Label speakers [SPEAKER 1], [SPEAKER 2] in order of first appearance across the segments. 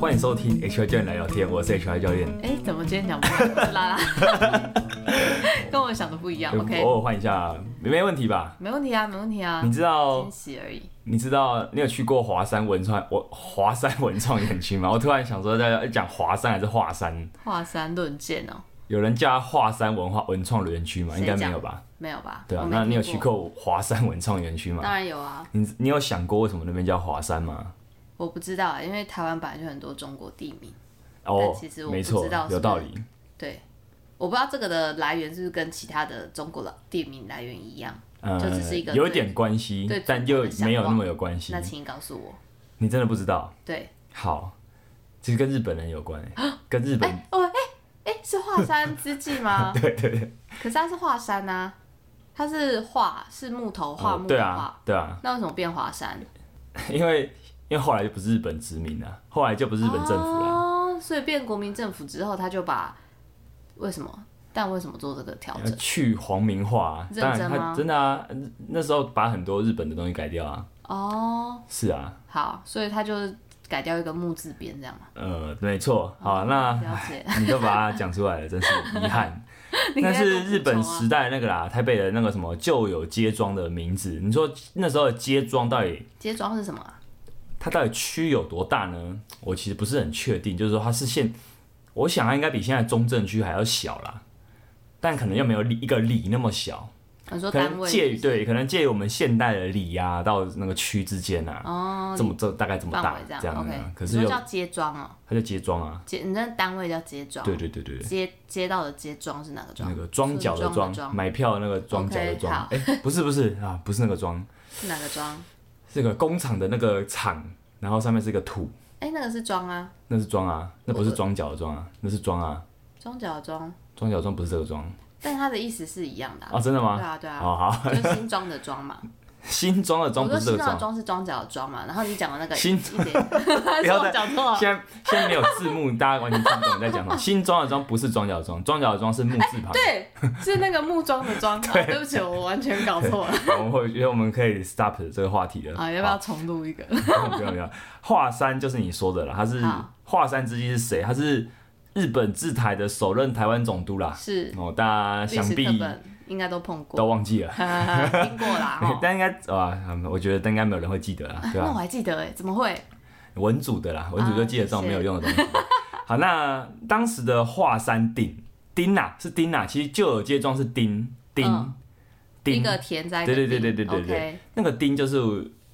[SPEAKER 1] 欢迎收听 HR 教练来聊天，我是 HR 教练。
[SPEAKER 2] 哎，怎么今天讲不完？我是 拉拉，跟我想的不一样。OK，
[SPEAKER 1] 呃偶尔换一下，没没问题吧？
[SPEAKER 2] 没问题啊，没问题啊
[SPEAKER 1] 哦你，知道
[SPEAKER 2] 惊，喜而已。
[SPEAKER 1] 你知道，你有去过华山文创，我华山文创园区吗？我突然想说，大家哎讲华山还是华山？
[SPEAKER 2] 华山论剑哦，
[SPEAKER 1] 有人叫它华山文化文创园区吗？应
[SPEAKER 2] 谁
[SPEAKER 1] 该没
[SPEAKER 2] 讲
[SPEAKER 1] 有吧？
[SPEAKER 2] 没有吧？
[SPEAKER 1] 对啊
[SPEAKER 2] 我，没
[SPEAKER 1] 那你有
[SPEAKER 2] 听
[SPEAKER 1] 去
[SPEAKER 2] 过？
[SPEAKER 1] 过华山文创园区吗
[SPEAKER 2] 当？然有啊，
[SPEAKER 1] 你你有想过为什么那边叫华山吗？
[SPEAKER 2] 我不知道啊，因为台湾本来就很多中国地名，
[SPEAKER 1] 哦
[SPEAKER 2] 其实我，不
[SPEAKER 1] 没错
[SPEAKER 2] 知道，
[SPEAKER 1] 有
[SPEAKER 2] 是
[SPEAKER 1] 道
[SPEAKER 2] 不是
[SPEAKER 1] 理。
[SPEAKER 2] 对。我不知道这个的来源是不是跟其他的中国的地名来源一样，
[SPEAKER 1] 呃
[SPEAKER 2] 就只是一个
[SPEAKER 1] 有
[SPEAKER 2] 对
[SPEAKER 1] 点关系
[SPEAKER 2] 对，
[SPEAKER 1] 但
[SPEAKER 2] 中
[SPEAKER 1] 又
[SPEAKER 2] 国的向
[SPEAKER 1] 没有那
[SPEAKER 2] 往
[SPEAKER 1] 么有关系
[SPEAKER 2] 那。请你告诉我。
[SPEAKER 1] 你真的不知道？
[SPEAKER 2] 对，
[SPEAKER 1] 好，其实跟日本人有关、欸，跟日 本、
[SPEAKER 2] 哎，哦，哎，哎，是华山之际 吗？对对对。可是它是华山啊，它是画，是木头画，
[SPEAKER 1] 哦
[SPEAKER 2] 木头
[SPEAKER 1] 对
[SPEAKER 2] 画
[SPEAKER 1] 啊。对啊，
[SPEAKER 2] 那为什么变华山？
[SPEAKER 1] 因为因为后来就不是日本殖民了，后来就不是日本政府啊了。
[SPEAKER 2] 哦，所以变国民政府之后，他就把为什么？但为什么做这个调
[SPEAKER 1] 要
[SPEAKER 2] 整？
[SPEAKER 1] 去皇民化、啊，
[SPEAKER 2] 认
[SPEAKER 1] 当然
[SPEAKER 2] 真
[SPEAKER 1] 他
[SPEAKER 2] 吗
[SPEAKER 1] 真的啊，那时候把很多日本的东西改掉啊，
[SPEAKER 2] 哦，
[SPEAKER 1] 是啊，
[SPEAKER 2] 好，所以他就是改掉一个木字边这样嘛。
[SPEAKER 1] 呃，没错，好，那
[SPEAKER 2] 哦了解，
[SPEAKER 1] 你都把它讲出来了， 真是遗憾。
[SPEAKER 2] 你
[SPEAKER 1] 那
[SPEAKER 2] 可以再多
[SPEAKER 1] 是日本
[SPEAKER 2] 补充啊
[SPEAKER 1] 时代那个啦，台北的那个什么旧有街庄的名字，你说那时候的街庄到底
[SPEAKER 2] 街庄是什么啊？
[SPEAKER 1] 它到底区有多大呢？我其实不是很确定，就是说它是现，我想它应该比现在中正区还要小啦，但可能又没有里一个里那么小，
[SPEAKER 2] 你说
[SPEAKER 1] 可
[SPEAKER 2] 单
[SPEAKER 1] 能
[SPEAKER 2] 位
[SPEAKER 1] 介于
[SPEAKER 2] 是不是
[SPEAKER 1] 对，可能介于我们现代的里呀、到那个区之间啊，
[SPEAKER 2] 哦，
[SPEAKER 1] 这么这大概这么
[SPEAKER 2] 范
[SPEAKER 1] 大
[SPEAKER 2] 围这样
[SPEAKER 1] 这样
[SPEAKER 2] OK
[SPEAKER 1] 呢、
[SPEAKER 2] 你
[SPEAKER 1] 可是
[SPEAKER 2] 说
[SPEAKER 1] 又
[SPEAKER 2] 叫街庄哦，
[SPEAKER 1] 它就街庄啊，
[SPEAKER 2] 街你那单位叫街庄，
[SPEAKER 1] 对对对对对。
[SPEAKER 2] 街街道的街庄是哪个哦庄？
[SPEAKER 1] 那个庄脚的
[SPEAKER 2] 村庄的
[SPEAKER 1] 庄，买票的那个庄脚的
[SPEAKER 2] OK，
[SPEAKER 1] 庄，
[SPEAKER 2] 好
[SPEAKER 1] 哎、不是不是啊，不是那个庄，
[SPEAKER 2] 是哪个庄？
[SPEAKER 1] 是个工厂的那个厂，然后上面是个土，
[SPEAKER 2] 哎，那个是庄啊，
[SPEAKER 1] 那是庄啊，那不是庄脚的庄啊，那是庄啊，
[SPEAKER 2] 庄脚的庄，
[SPEAKER 1] 庄脚庄不是这个庄
[SPEAKER 2] 但它的意思是一样的啊。
[SPEAKER 1] 啊，真的
[SPEAKER 2] 对
[SPEAKER 1] 吗？
[SPEAKER 2] 啊，对啊，
[SPEAKER 1] 哦好，
[SPEAKER 2] 就是新庄的庄嘛。
[SPEAKER 1] 新庄的庄
[SPEAKER 2] 我
[SPEAKER 1] 不
[SPEAKER 2] 说
[SPEAKER 1] 是这
[SPEAKER 2] 新
[SPEAKER 1] 个
[SPEAKER 2] 装
[SPEAKER 1] 庄，
[SPEAKER 2] 的装是装脚的装嘛，然后你讲的那个
[SPEAKER 1] 新
[SPEAKER 2] 一点， 是我讲错了，
[SPEAKER 1] 现在现在没有字幕，大家完全听不懂你在讲 什么。新庄的庄不是庄脚的庄，庄脚的庄是木字旁。
[SPEAKER 2] 对，是那个木桩的 桩、啊，对不起，我完全搞错了
[SPEAKER 1] 哦我们会觉得我们可以 stop 这个话题了
[SPEAKER 2] 啊，要不要重录一个？
[SPEAKER 1] 好 不用不用，华山就是你说的了，他是
[SPEAKER 2] 好
[SPEAKER 1] 华山之一是谁？他是日本制台的首任台湾总督啦。
[SPEAKER 2] 是
[SPEAKER 1] 哦，大家
[SPEAKER 2] 历
[SPEAKER 1] 想
[SPEAKER 2] 史
[SPEAKER 1] 必
[SPEAKER 2] 课本应该都碰
[SPEAKER 1] 都
[SPEAKER 2] 过，
[SPEAKER 1] 忘记了，
[SPEAKER 2] 听 过啦哦。
[SPEAKER 1] 但应该啊，我觉得应该没有人会记得啦，对吧、
[SPEAKER 2] 那我还记得哎，怎么会？
[SPEAKER 1] 文组的
[SPEAKER 2] 啊
[SPEAKER 1] 啦，文组就记得这种没有用的东西。 好，那当时的华山町，町啊是町啊，其实旧有街庄是町町
[SPEAKER 2] 嗯一
[SPEAKER 1] 町，
[SPEAKER 2] 个田在
[SPEAKER 1] 对对对对对对对
[SPEAKER 2] OK，
[SPEAKER 1] 那个町就是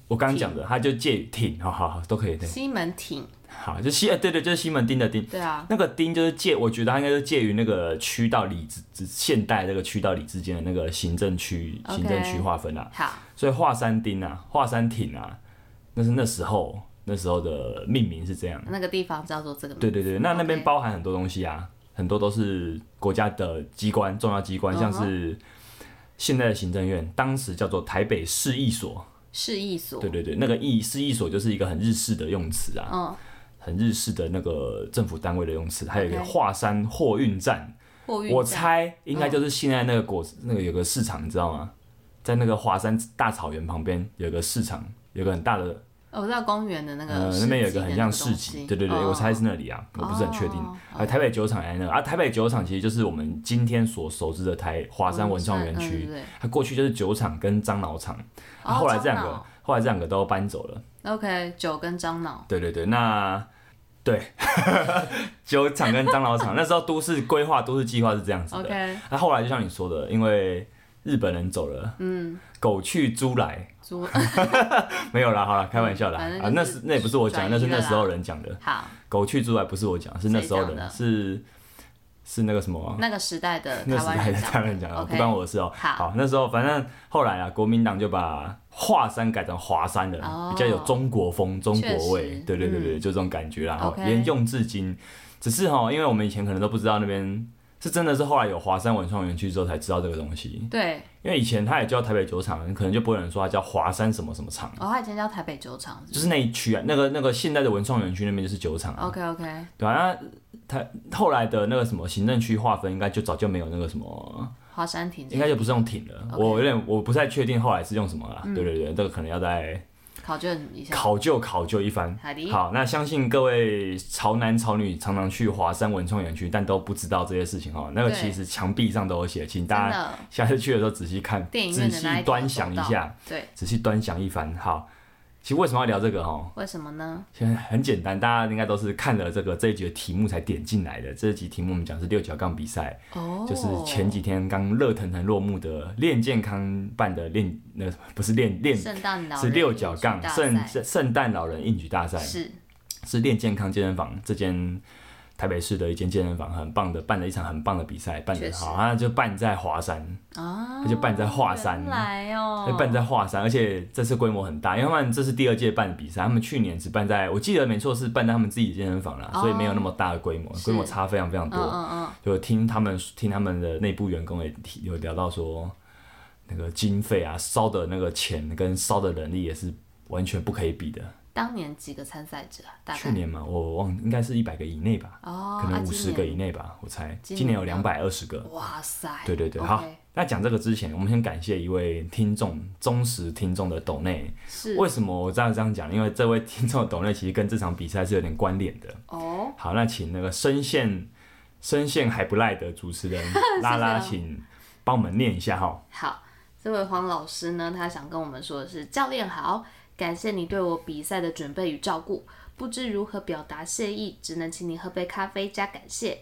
[SPEAKER 1] 我刚刚讲的，它就介于町，好好好都可以对，
[SPEAKER 2] 西门町，
[SPEAKER 1] 好就西，哎对对，就是西门町的町。
[SPEAKER 2] 对啊，
[SPEAKER 1] 那个町就是介，我觉得它应该是介于那个区到里之之现代这个区到里之间的那个行政区
[SPEAKER 2] OK
[SPEAKER 1] 行政区划分啦、啊
[SPEAKER 2] 好，
[SPEAKER 1] 所以华山町啊，华山町啊，那是那时候那时候的命名是这样。
[SPEAKER 2] 那个地方叫做这个名，
[SPEAKER 1] 对对对，那
[SPEAKER 2] OK
[SPEAKER 1] 那边包含很多东西啊，很多都是国家的机关、重要机关，
[SPEAKER 2] 嗯
[SPEAKER 1] 像
[SPEAKER 2] 哼
[SPEAKER 1] 是现在的行政院，当时叫做台北市役所。
[SPEAKER 2] 市役所
[SPEAKER 1] 对，对对，那个役市役所就是一个很日式的用词啊，
[SPEAKER 2] 嗯，
[SPEAKER 1] 很日式的那个政府单位的用词。还有一个
[SPEAKER 2] OK
[SPEAKER 1] 华山货运站，
[SPEAKER 2] 货运
[SPEAKER 1] 我
[SPEAKER 2] 站嗯
[SPEAKER 1] 猜应该就是现在那个果那个有个市场，你知道吗？在那个华山大草原旁边有一个市场，有个很大的
[SPEAKER 2] 哦我知道公园的那个
[SPEAKER 1] 呃，
[SPEAKER 2] 市集的那
[SPEAKER 1] 那边有一
[SPEAKER 2] 个
[SPEAKER 1] 个很像市集，对对对，我猜是那里啊，我不是很确定
[SPEAKER 2] 哦。
[SPEAKER 1] 啊，台北酒厂在那，啊，台北酒厂其实就是我们今天所熟知的台华山文创园
[SPEAKER 2] 嗯对
[SPEAKER 1] 区
[SPEAKER 2] 对对，
[SPEAKER 1] 它过去就是酒厂跟樟脑厂，啊，
[SPEAKER 2] 哦
[SPEAKER 1] 后来这两
[SPEAKER 2] 樟
[SPEAKER 1] 个
[SPEAKER 2] 脑
[SPEAKER 1] 后来这两个都搬走了，
[SPEAKER 2] OK，酒跟樟脑，
[SPEAKER 1] 对对对，那。对， 酒厂跟樟脑厂那时候都市规划、都市计划是这样子的。
[SPEAKER 2] OK
[SPEAKER 1] 那后来就像你说的，因为日本人走了，嗯，狗去猪来，
[SPEAKER 2] 猪
[SPEAKER 1] 没有啦，好啦，开玩笑啦。
[SPEAKER 2] 嗯反正
[SPEAKER 1] 啊，
[SPEAKER 2] 就
[SPEAKER 1] 那
[SPEAKER 2] 是
[SPEAKER 1] 是那也不是我
[SPEAKER 2] 转
[SPEAKER 1] 讲，
[SPEAKER 2] 移
[SPEAKER 1] 那是
[SPEAKER 2] 了
[SPEAKER 1] 那
[SPEAKER 2] 啦
[SPEAKER 1] 时候人讲的。
[SPEAKER 2] 好，
[SPEAKER 1] 狗去猪来不是我讲，是那时候
[SPEAKER 2] 谁讲
[SPEAKER 1] 人
[SPEAKER 2] 的
[SPEAKER 1] 是是那个什么啊、
[SPEAKER 2] 那个时代的
[SPEAKER 1] 那
[SPEAKER 2] 台
[SPEAKER 1] 时
[SPEAKER 2] 湾
[SPEAKER 1] 代
[SPEAKER 2] 人
[SPEAKER 1] 的台湾人
[SPEAKER 2] 讲
[SPEAKER 1] 讲
[SPEAKER 2] 的
[SPEAKER 1] 的，
[SPEAKER 2] OK，
[SPEAKER 1] 不关我的事哦、
[SPEAKER 2] 好
[SPEAKER 1] 那时候反正后来啊，国民党就把华山改成华山了，
[SPEAKER 2] 哦
[SPEAKER 1] 比较有中国风、中国
[SPEAKER 2] 确
[SPEAKER 1] 味
[SPEAKER 2] 实，嗯
[SPEAKER 1] 对对对对，就这种感觉啦。哈
[SPEAKER 2] OK
[SPEAKER 1] 沿用至今，只是哈，因为我们以前可能都不知道那边。是真的是后来有华山文创园区之后才知道这个东西，
[SPEAKER 2] 对，
[SPEAKER 1] 因为以前它也叫台北酒厂，可能就不会有人说它叫华山什么什么厂，
[SPEAKER 2] 哦，他以前叫台北酒厂
[SPEAKER 1] 就是那一区啊，那个那个现在的文创园区那边就是酒厂啊、
[SPEAKER 2] ，OK OK，
[SPEAKER 1] 对啊，那他后来的那个什么行政区划分，应该就早就没有那个什么，
[SPEAKER 2] 华山亭这
[SPEAKER 1] 应该就不是用挺了。
[SPEAKER 2] OK 嗯
[SPEAKER 1] 我有点我不太确定后来是用什么啦。对对对，这个可能要再
[SPEAKER 2] 考卷一下。
[SPEAKER 1] 考究考究一番
[SPEAKER 2] 好的。
[SPEAKER 1] 好，那相信各位潮男潮女常常去华山文创园区，但都不知道这些事情哦。那个
[SPEAKER 2] 对
[SPEAKER 1] 其实墙壁上都有写，请大
[SPEAKER 2] 真
[SPEAKER 1] 家
[SPEAKER 2] 的
[SPEAKER 1] 下次去的时候仔细看，
[SPEAKER 2] 电影
[SPEAKER 1] 仔
[SPEAKER 2] 院的那
[SPEAKER 1] 细
[SPEAKER 2] 一条
[SPEAKER 1] 端详一
[SPEAKER 2] 走道
[SPEAKER 1] 下，
[SPEAKER 2] 对，
[SPEAKER 1] 仔细端详一番。好，其实为什么要聊这个哦？
[SPEAKER 2] 为什么呢？
[SPEAKER 1] 现在很简单，大家应该都是看了这个这一集的题目才点进来的。这一集题目我们讲是六角杠比赛，
[SPEAKER 2] 哦，
[SPEAKER 1] 就是前几天刚热腾腾落幕的练健康办的练，那不是练练
[SPEAKER 2] 圣诞老人
[SPEAKER 1] 是六角杠
[SPEAKER 2] 运动
[SPEAKER 1] 圣
[SPEAKER 2] 大赛
[SPEAKER 1] 圣诞老人应举大赛，
[SPEAKER 2] 是
[SPEAKER 1] 是练健康健身房这间台北市的一间健身房，很棒的办了一场很棒的比赛，办
[SPEAKER 2] 确
[SPEAKER 1] 得
[SPEAKER 2] 实
[SPEAKER 1] 好，啊它就办在华山，
[SPEAKER 2] 啊，
[SPEAKER 1] 它就办在华山
[SPEAKER 2] 原来哦，
[SPEAKER 1] 它办在华山，而且这次规模很大，因为他们这是第二届办比赛，他们去年只办在我记得没错是办在他们自己的健身房啦，
[SPEAKER 2] 哦
[SPEAKER 1] 所以没有那么大的规模，
[SPEAKER 2] 是
[SPEAKER 1] 规模差非常非常
[SPEAKER 2] 嗯
[SPEAKER 1] 多。
[SPEAKER 2] 嗯嗯，
[SPEAKER 1] 就听他们听他们的内部员工也提有聊到说，那个经费啊，烧的那个钱跟烧的人力也是完全不可以比的。
[SPEAKER 2] 当年几个参赛者啊？大
[SPEAKER 1] 去
[SPEAKER 2] 概
[SPEAKER 1] 年嘛，我忘应该是一百个以内吧，
[SPEAKER 2] 哦，
[SPEAKER 1] 可能
[SPEAKER 2] 啊
[SPEAKER 1] 五十
[SPEAKER 2] 今
[SPEAKER 1] 个
[SPEAKER 2] 年
[SPEAKER 1] 以内吧，我猜。
[SPEAKER 2] 今
[SPEAKER 1] 今年有
[SPEAKER 2] 年
[SPEAKER 1] 两
[SPEAKER 2] 呢
[SPEAKER 1] 百二十个。
[SPEAKER 2] 哇塞，
[SPEAKER 1] 对对对，
[SPEAKER 2] OK，
[SPEAKER 1] 好。那讲这个之前，我们先感谢一位听众忠实听众的抖内。
[SPEAKER 2] 是
[SPEAKER 1] 为什么我这样这样讲？因为这位听众的抖内其实跟这场比赛是有点关联的。
[SPEAKER 2] 哦，
[SPEAKER 1] 好，那请那个声线声线还不赖的主持人拉拉，
[SPEAKER 2] 谢谢
[SPEAKER 1] 请帮我们念一下哈。
[SPEAKER 2] 好，这位黄老师呢，他想跟我们说的是，教练好，感谢你对我比赛的准备与照顾，不知如何表达谢意，只能请你喝杯咖啡加感谢，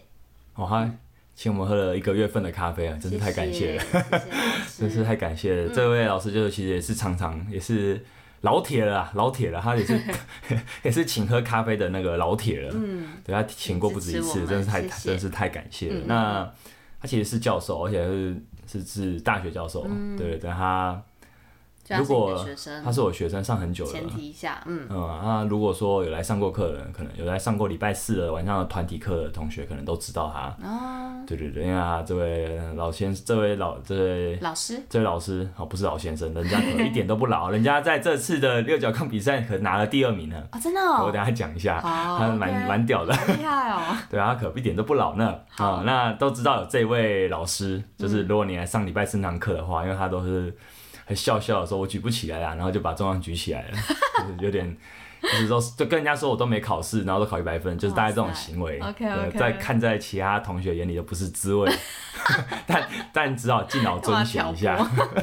[SPEAKER 1] 好、哦，他请我们喝了一个月份的咖啡啊，真是太感谢了。
[SPEAKER 2] 谢谢，
[SPEAKER 1] 真
[SPEAKER 2] 谢谢老师
[SPEAKER 1] 是太感谢了。
[SPEAKER 2] 嗯
[SPEAKER 1] 这位老师就是其实也是常常也是老铁了啊，老铁了，他也是
[SPEAKER 2] 嗯
[SPEAKER 1] 也是请喝咖啡的那个老铁了。嗯，对他请过不止一
[SPEAKER 2] 支持我
[SPEAKER 1] 次，
[SPEAKER 2] 们
[SPEAKER 1] 真是太
[SPEAKER 2] 谢谢
[SPEAKER 1] 真是太感谢了。
[SPEAKER 2] 嗯
[SPEAKER 1] 那他其实是教授，而且是是是大学教授，
[SPEAKER 2] 嗯
[SPEAKER 1] 对对，他
[SPEAKER 2] 就要是你
[SPEAKER 1] 如果
[SPEAKER 2] 的学生
[SPEAKER 1] 他是我学生，上很久了
[SPEAKER 2] 前。提一下，嗯，
[SPEAKER 1] 嗯，啊，如果说有来上过课的人，可能有来上过礼拜四的晚上的团体课的同学，可能都知道他。
[SPEAKER 2] 哦，
[SPEAKER 1] 对对对，因为他这位老先，这位老这位
[SPEAKER 2] 老师
[SPEAKER 1] 这位老师哦，不是老先生，人家可能一点都不 老，人家在这次的六角杠比赛可拿了第二名呢。
[SPEAKER 2] 啊，真的
[SPEAKER 1] 我
[SPEAKER 2] 哦，
[SPEAKER 1] 等一下讲一下，
[SPEAKER 2] 好
[SPEAKER 1] 他蛮
[SPEAKER 2] OK 哦
[SPEAKER 1] 蛮屌的，
[SPEAKER 2] 好厉害哦，
[SPEAKER 1] 对啊，他可一点都不老呢。啊、
[SPEAKER 2] 好
[SPEAKER 1] 那都知道有这位老师，
[SPEAKER 2] 嗯
[SPEAKER 1] 就是如果你来上礼拜四堂课的话，因为他都是很笑笑的说，我举不起来啦，然后就把重量举起 来了，就是有点。就是说，就跟人家说我都没考试，然后都考一百分，就是大概这种
[SPEAKER 2] 哇塞
[SPEAKER 1] 行为，
[SPEAKER 2] OK，OK
[SPEAKER 1] 对在看在其他同学眼里都不是滋味， 但但只好敬老尊贤一下。
[SPEAKER 2] 干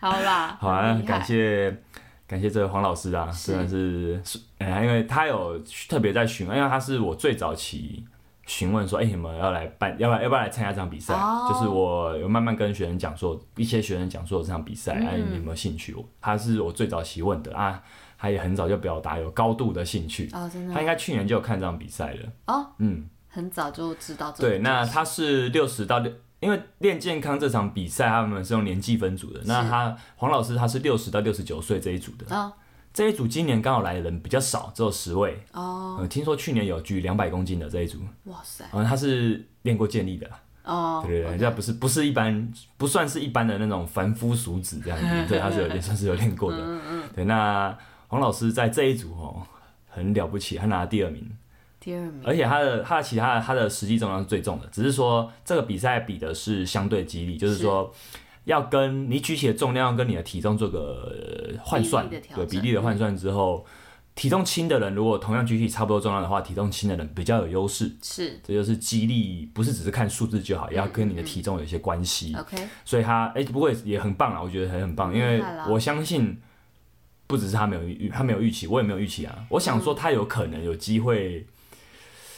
[SPEAKER 2] 好啦，
[SPEAKER 1] 好啊
[SPEAKER 2] 很，厉害
[SPEAKER 1] 感谢感谢这位黄老师啊，
[SPEAKER 2] 是
[SPEAKER 1] 真的是，是哎、因为他有特别在询问，因为他是我最早期询问说，哎、你们要来办，要不要要不要来参加这场比赛？
[SPEAKER 2] 哦
[SPEAKER 1] 就是我有慢慢跟学生讲说，一些学生讲说有这场比赛，哎、
[SPEAKER 2] 嗯
[SPEAKER 1] 你有没有兴趣？他是我最早期问的啊，他也很早就表达有高度的兴趣，
[SPEAKER 2] 哦，真
[SPEAKER 1] 他
[SPEAKER 2] 的
[SPEAKER 1] 应该去年就有看这场比赛了。
[SPEAKER 2] 哦，
[SPEAKER 1] 嗯，
[SPEAKER 2] 很早就知道这个
[SPEAKER 1] 对，那他是六十到六，因为练健康这场比赛他们是用年纪分组的。那他黄老师他是六十到六十九岁这一组的，
[SPEAKER 2] 哦
[SPEAKER 1] 这一组今年刚好来的人比较少，只有十位。
[SPEAKER 2] 哦，
[SPEAKER 1] 呃，听说去年有举两百公斤的这一组，
[SPEAKER 2] 哇塞
[SPEAKER 1] 然后他是练过健力的啦，
[SPEAKER 2] 哦，
[SPEAKER 1] 对对对，人家不是不是一般，不算是一般的那种凡夫俗子这样 子，对，他是有也算是有练过
[SPEAKER 2] 嗯
[SPEAKER 1] 的。对，那黄老师在这一组哦，很了不起，他拿了第二名。
[SPEAKER 2] 第二名
[SPEAKER 1] 而且他的他的其他的他的实际重量是最重的，只是说这个比赛比的是相对激励，就是说要跟你举起的重量要跟你的体重做个呃换算，
[SPEAKER 2] 比例的调
[SPEAKER 1] 对
[SPEAKER 2] 整嗯
[SPEAKER 1] 比例的换算之后，体重轻的人如果同样举起差不多重量的话，体重轻的人比较有优势。
[SPEAKER 2] 是
[SPEAKER 1] 这就是激励，不是只是看数字就好，
[SPEAKER 2] 嗯
[SPEAKER 1] 也要跟你的体重有一些关系。
[SPEAKER 2] OK，
[SPEAKER 1] 所以他哎、不过也也很棒啊，我觉得很很棒，因为
[SPEAKER 2] 嗯厉害啦
[SPEAKER 1] 我相信不只是他没有预，他没有预期，我也没有预期啊。我想说
[SPEAKER 2] 嗯
[SPEAKER 1] 他有可能有机会。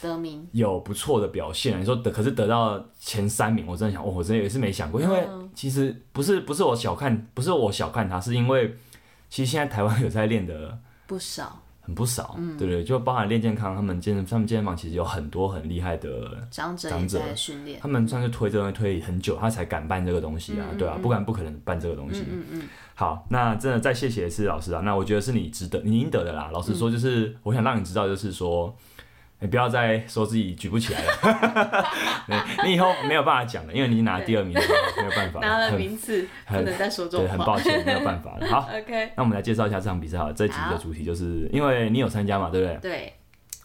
[SPEAKER 2] 得名
[SPEAKER 1] 有不错的表现，你说得可是得到前三名，我真的想，哦、我真的也是没想过，因为其实不是不是我小看，不是我小看他，是因为其实现在台湾有在练的
[SPEAKER 2] 不少，
[SPEAKER 1] 很不少，对不对？就包含练健康，他们健身他们健身房其实有很多很厉害的，
[SPEAKER 2] 长者也
[SPEAKER 1] 长者
[SPEAKER 2] 在训练，
[SPEAKER 1] 他们算是推这个推很久，他才敢办这个东西啊，对啊，不然不可能办这个东西。
[SPEAKER 2] 嗯嗯，
[SPEAKER 1] 好，那真的再谢谢是老师啊，那我觉得是你值得，你应得的啦。老实
[SPEAKER 2] 嗯
[SPEAKER 1] 说，就是、我想让你知道，就是说，哎你不要再说自己举不起来了， 你你以后没有办法讲了，因为你已经拿了第二名了，没有办法
[SPEAKER 2] 拿
[SPEAKER 1] 了，
[SPEAKER 2] 了
[SPEAKER 1] 很
[SPEAKER 2] 名次
[SPEAKER 1] 很
[SPEAKER 2] 不能再说这
[SPEAKER 1] 对，
[SPEAKER 2] 种
[SPEAKER 1] 很
[SPEAKER 2] 话
[SPEAKER 1] 抱歉，没有办法了。 好，
[SPEAKER 2] ，OK，
[SPEAKER 1] 那我们来介绍一下这场比赛好了，这集的
[SPEAKER 2] 好
[SPEAKER 1] 主题就是因为你有参加嘛，对不对？
[SPEAKER 2] 对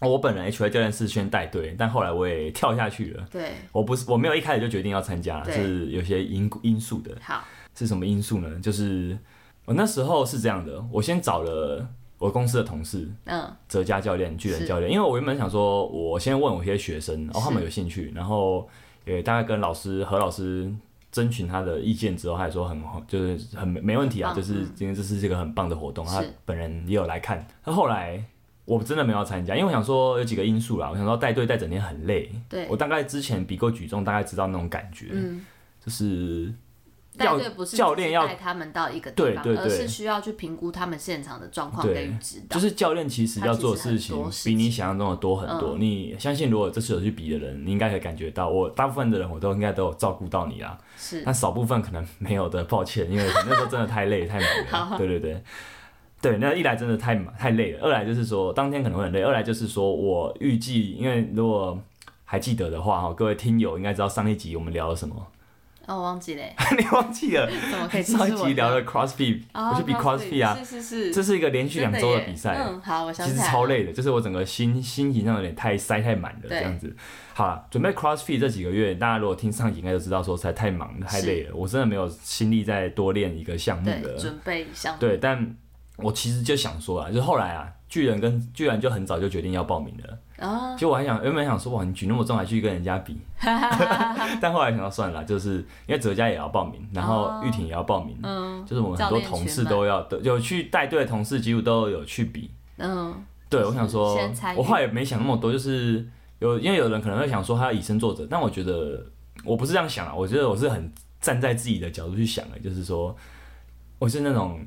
[SPEAKER 1] 我本人 H Y 教练是先带队，但后来我也跳下去了。
[SPEAKER 2] 对，
[SPEAKER 1] 我不是我没有一开始就决定要参加，
[SPEAKER 2] 对
[SPEAKER 1] 是有些因因素的。
[SPEAKER 2] 好
[SPEAKER 1] 哦是什么因素呢？就是我那时候是这样的，我先找了，我公司的同事
[SPEAKER 2] 嗯
[SPEAKER 1] 哲佳教练、巨人
[SPEAKER 2] 是
[SPEAKER 1] 教练，因为我原本想说，我先问我一些学生，哦，他们有兴趣，然后也大概跟老师何老师征询他的意见之后，他也说很就是很没没问题啊，
[SPEAKER 2] 很棒嗯
[SPEAKER 1] 就是今天这是一个很棒的活动，
[SPEAKER 2] 是
[SPEAKER 1] 他本人也有来看。他后来我真的没有参加，因为我想说有几个因素啦，我想说带队带整天很累，
[SPEAKER 2] 对
[SPEAKER 1] 我大概之前比过举重，大概知道那种感觉，
[SPEAKER 2] 嗯，
[SPEAKER 1] 就是
[SPEAKER 2] 带
[SPEAKER 1] 要
[SPEAKER 2] 队不是
[SPEAKER 1] 教练要
[SPEAKER 2] 只是带他们到一个地
[SPEAKER 1] 对
[SPEAKER 2] 方，
[SPEAKER 1] 对
[SPEAKER 2] 而
[SPEAKER 1] 对
[SPEAKER 2] 是需要去评估他们现场的状况
[SPEAKER 1] 对
[SPEAKER 2] 给予指导。
[SPEAKER 1] 就是教练其实要做的事
[SPEAKER 2] 他其实很
[SPEAKER 1] 情
[SPEAKER 2] 多事情嗯
[SPEAKER 1] 比你想象中的多很多。你相信，如果这次有去比的人，你应该可以感觉到，我大部分的人我都应该都有照顾到你啦。
[SPEAKER 2] 是
[SPEAKER 1] 那少部分可能没有的，抱歉，因为那时候真的太累太忙 了。对对对。对，那一来真的太忙太累了，二来就是说当天可能会很累，二来就是说我预计，因为如果还记得的话哈，各位听友应该知道上一集我们聊了什么，
[SPEAKER 2] 哦，我忘记嘞，
[SPEAKER 1] 你忘记了？
[SPEAKER 2] 怎 么可以？
[SPEAKER 1] 上一集聊了 CrossFit，、
[SPEAKER 2] 哦，
[SPEAKER 1] 我去比 CrossFit 啊，
[SPEAKER 2] 是是
[SPEAKER 1] 这
[SPEAKER 2] 是，
[SPEAKER 1] 是一个连续两周
[SPEAKER 2] 真
[SPEAKER 1] 的
[SPEAKER 2] 耶
[SPEAKER 1] 比赛。
[SPEAKER 2] 嗯，好，我想
[SPEAKER 1] 其
[SPEAKER 2] 起
[SPEAKER 1] 实
[SPEAKER 2] 来了，
[SPEAKER 1] 超累的，就是我整个心心情上有点太塞太满了
[SPEAKER 2] 对
[SPEAKER 1] 这样子。好了，准备 CrossFit 这几个月，大家如果听上集应该就知道，说实在太忙了太累了，我真的没有心力再多练一个项目
[SPEAKER 2] 对，
[SPEAKER 1] 了。
[SPEAKER 2] 准备项目，
[SPEAKER 1] 对，但我其实就想说啊，就是后来啊，巨人跟巨人就很早就决定要报名了。
[SPEAKER 2] 啊，
[SPEAKER 1] 其实我还想原本想说哇，你举那么重还去跟人家 比， 但后来想到算了，就是因为哲佳也要报名，然后玉婷也要报名，
[SPEAKER 2] 嗯
[SPEAKER 1] 就是我们很
[SPEAKER 2] 教
[SPEAKER 1] 多
[SPEAKER 2] 练群
[SPEAKER 1] 同事
[SPEAKER 2] 嘛
[SPEAKER 1] 都要都有去带队的同事几乎都有去比，
[SPEAKER 2] 嗯，
[SPEAKER 1] 对，我想说
[SPEAKER 2] 先参，与
[SPEAKER 1] 我后来也没想那么多，就是有因为有人可能会想说他要以身作则，但我觉得我不是这样想啊，我觉得我是很站在自己的角度去想的，就是说我是那种